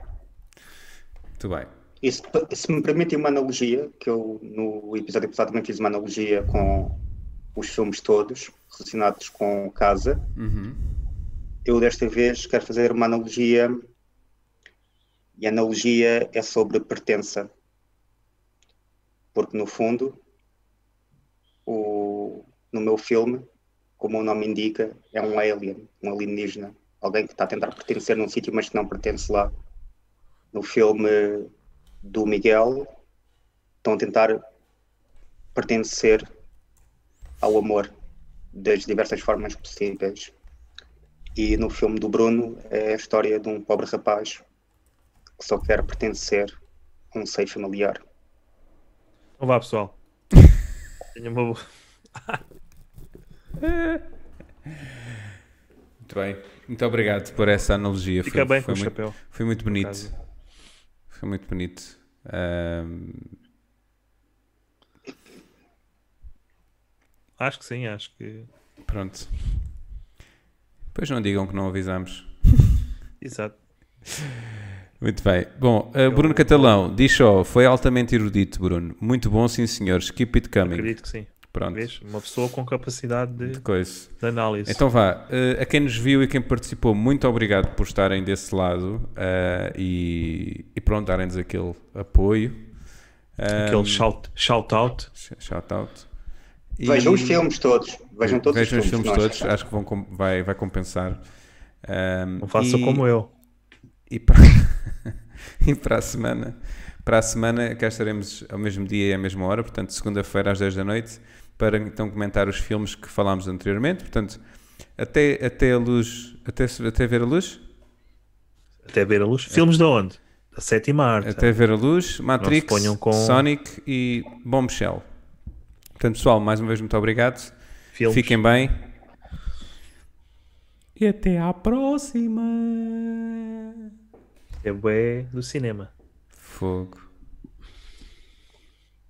Muito bem. E se, se me permitem uma analogia, que eu no episódio passado também fiz uma analogia com os filmes todos relacionados com casa, Uhum. eu desta vez quero fazer uma analogia e a analogia é sobre pertença. Porque no fundo, o, no meu filme, como o nome indica, é um alien, um alienígena, alguém que está a tentar pertencer num sítio mas que não pertence lá. No filme do Miguel, estão a tentar pertencer ao amor das diversas formas possíveis. E no filme do Bruno é a história de um pobre rapaz que só quer pertencer a um seio familiar. Então vá, pessoal. Tenha uma boa. Muito bem. Muito obrigado por essa analogia. Fica bem com o muito, chapéu, Foi muito bonito. acaso. Foi muito bonito. Ahm, Acho que sim, acho que. pronto. Pois não digam que não avisámos. Exato. Muito bem. Bom, uh, Bruno Catalão, diz só, foi altamente erudito, Bruno. Muito bom, sim, senhores. Keep it coming. Acredito que sim. Pronto. Vês? Uma pessoa com capacidade de, De coisa. de análise. Então vá, uh, a quem nos viu e quem participou, muito obrigado por estarem desse lado uh, e, e pronto, darem-nos aquele apoio. Aquele um- shout, shout out. Sh- Shout out. E- Vejam os filmes todos. Vejam todos Vejam os filmes. é todos, nós- acho que vão, com- vai, vai compensar. Um, Não façam como eu. E para, e para a semana, para a semana cá estaremos ao mesmo dia e à mesma hora, portanto, segunda-feira às 10 da noite, para então comentar os filmes que falámos anteriormente. Portanto, até, até a luz, até, se- até ver a luz, Até ver a luz. Filmes de onde? Da sétima arte. até ver a luz, Matrix, ponham com- Sonic e Bombshell. Portanto, pessoal, mais uma vez muito obrigado. Filmes. Fiquem bem. E até à próxima. É bué do cinema. Fogo.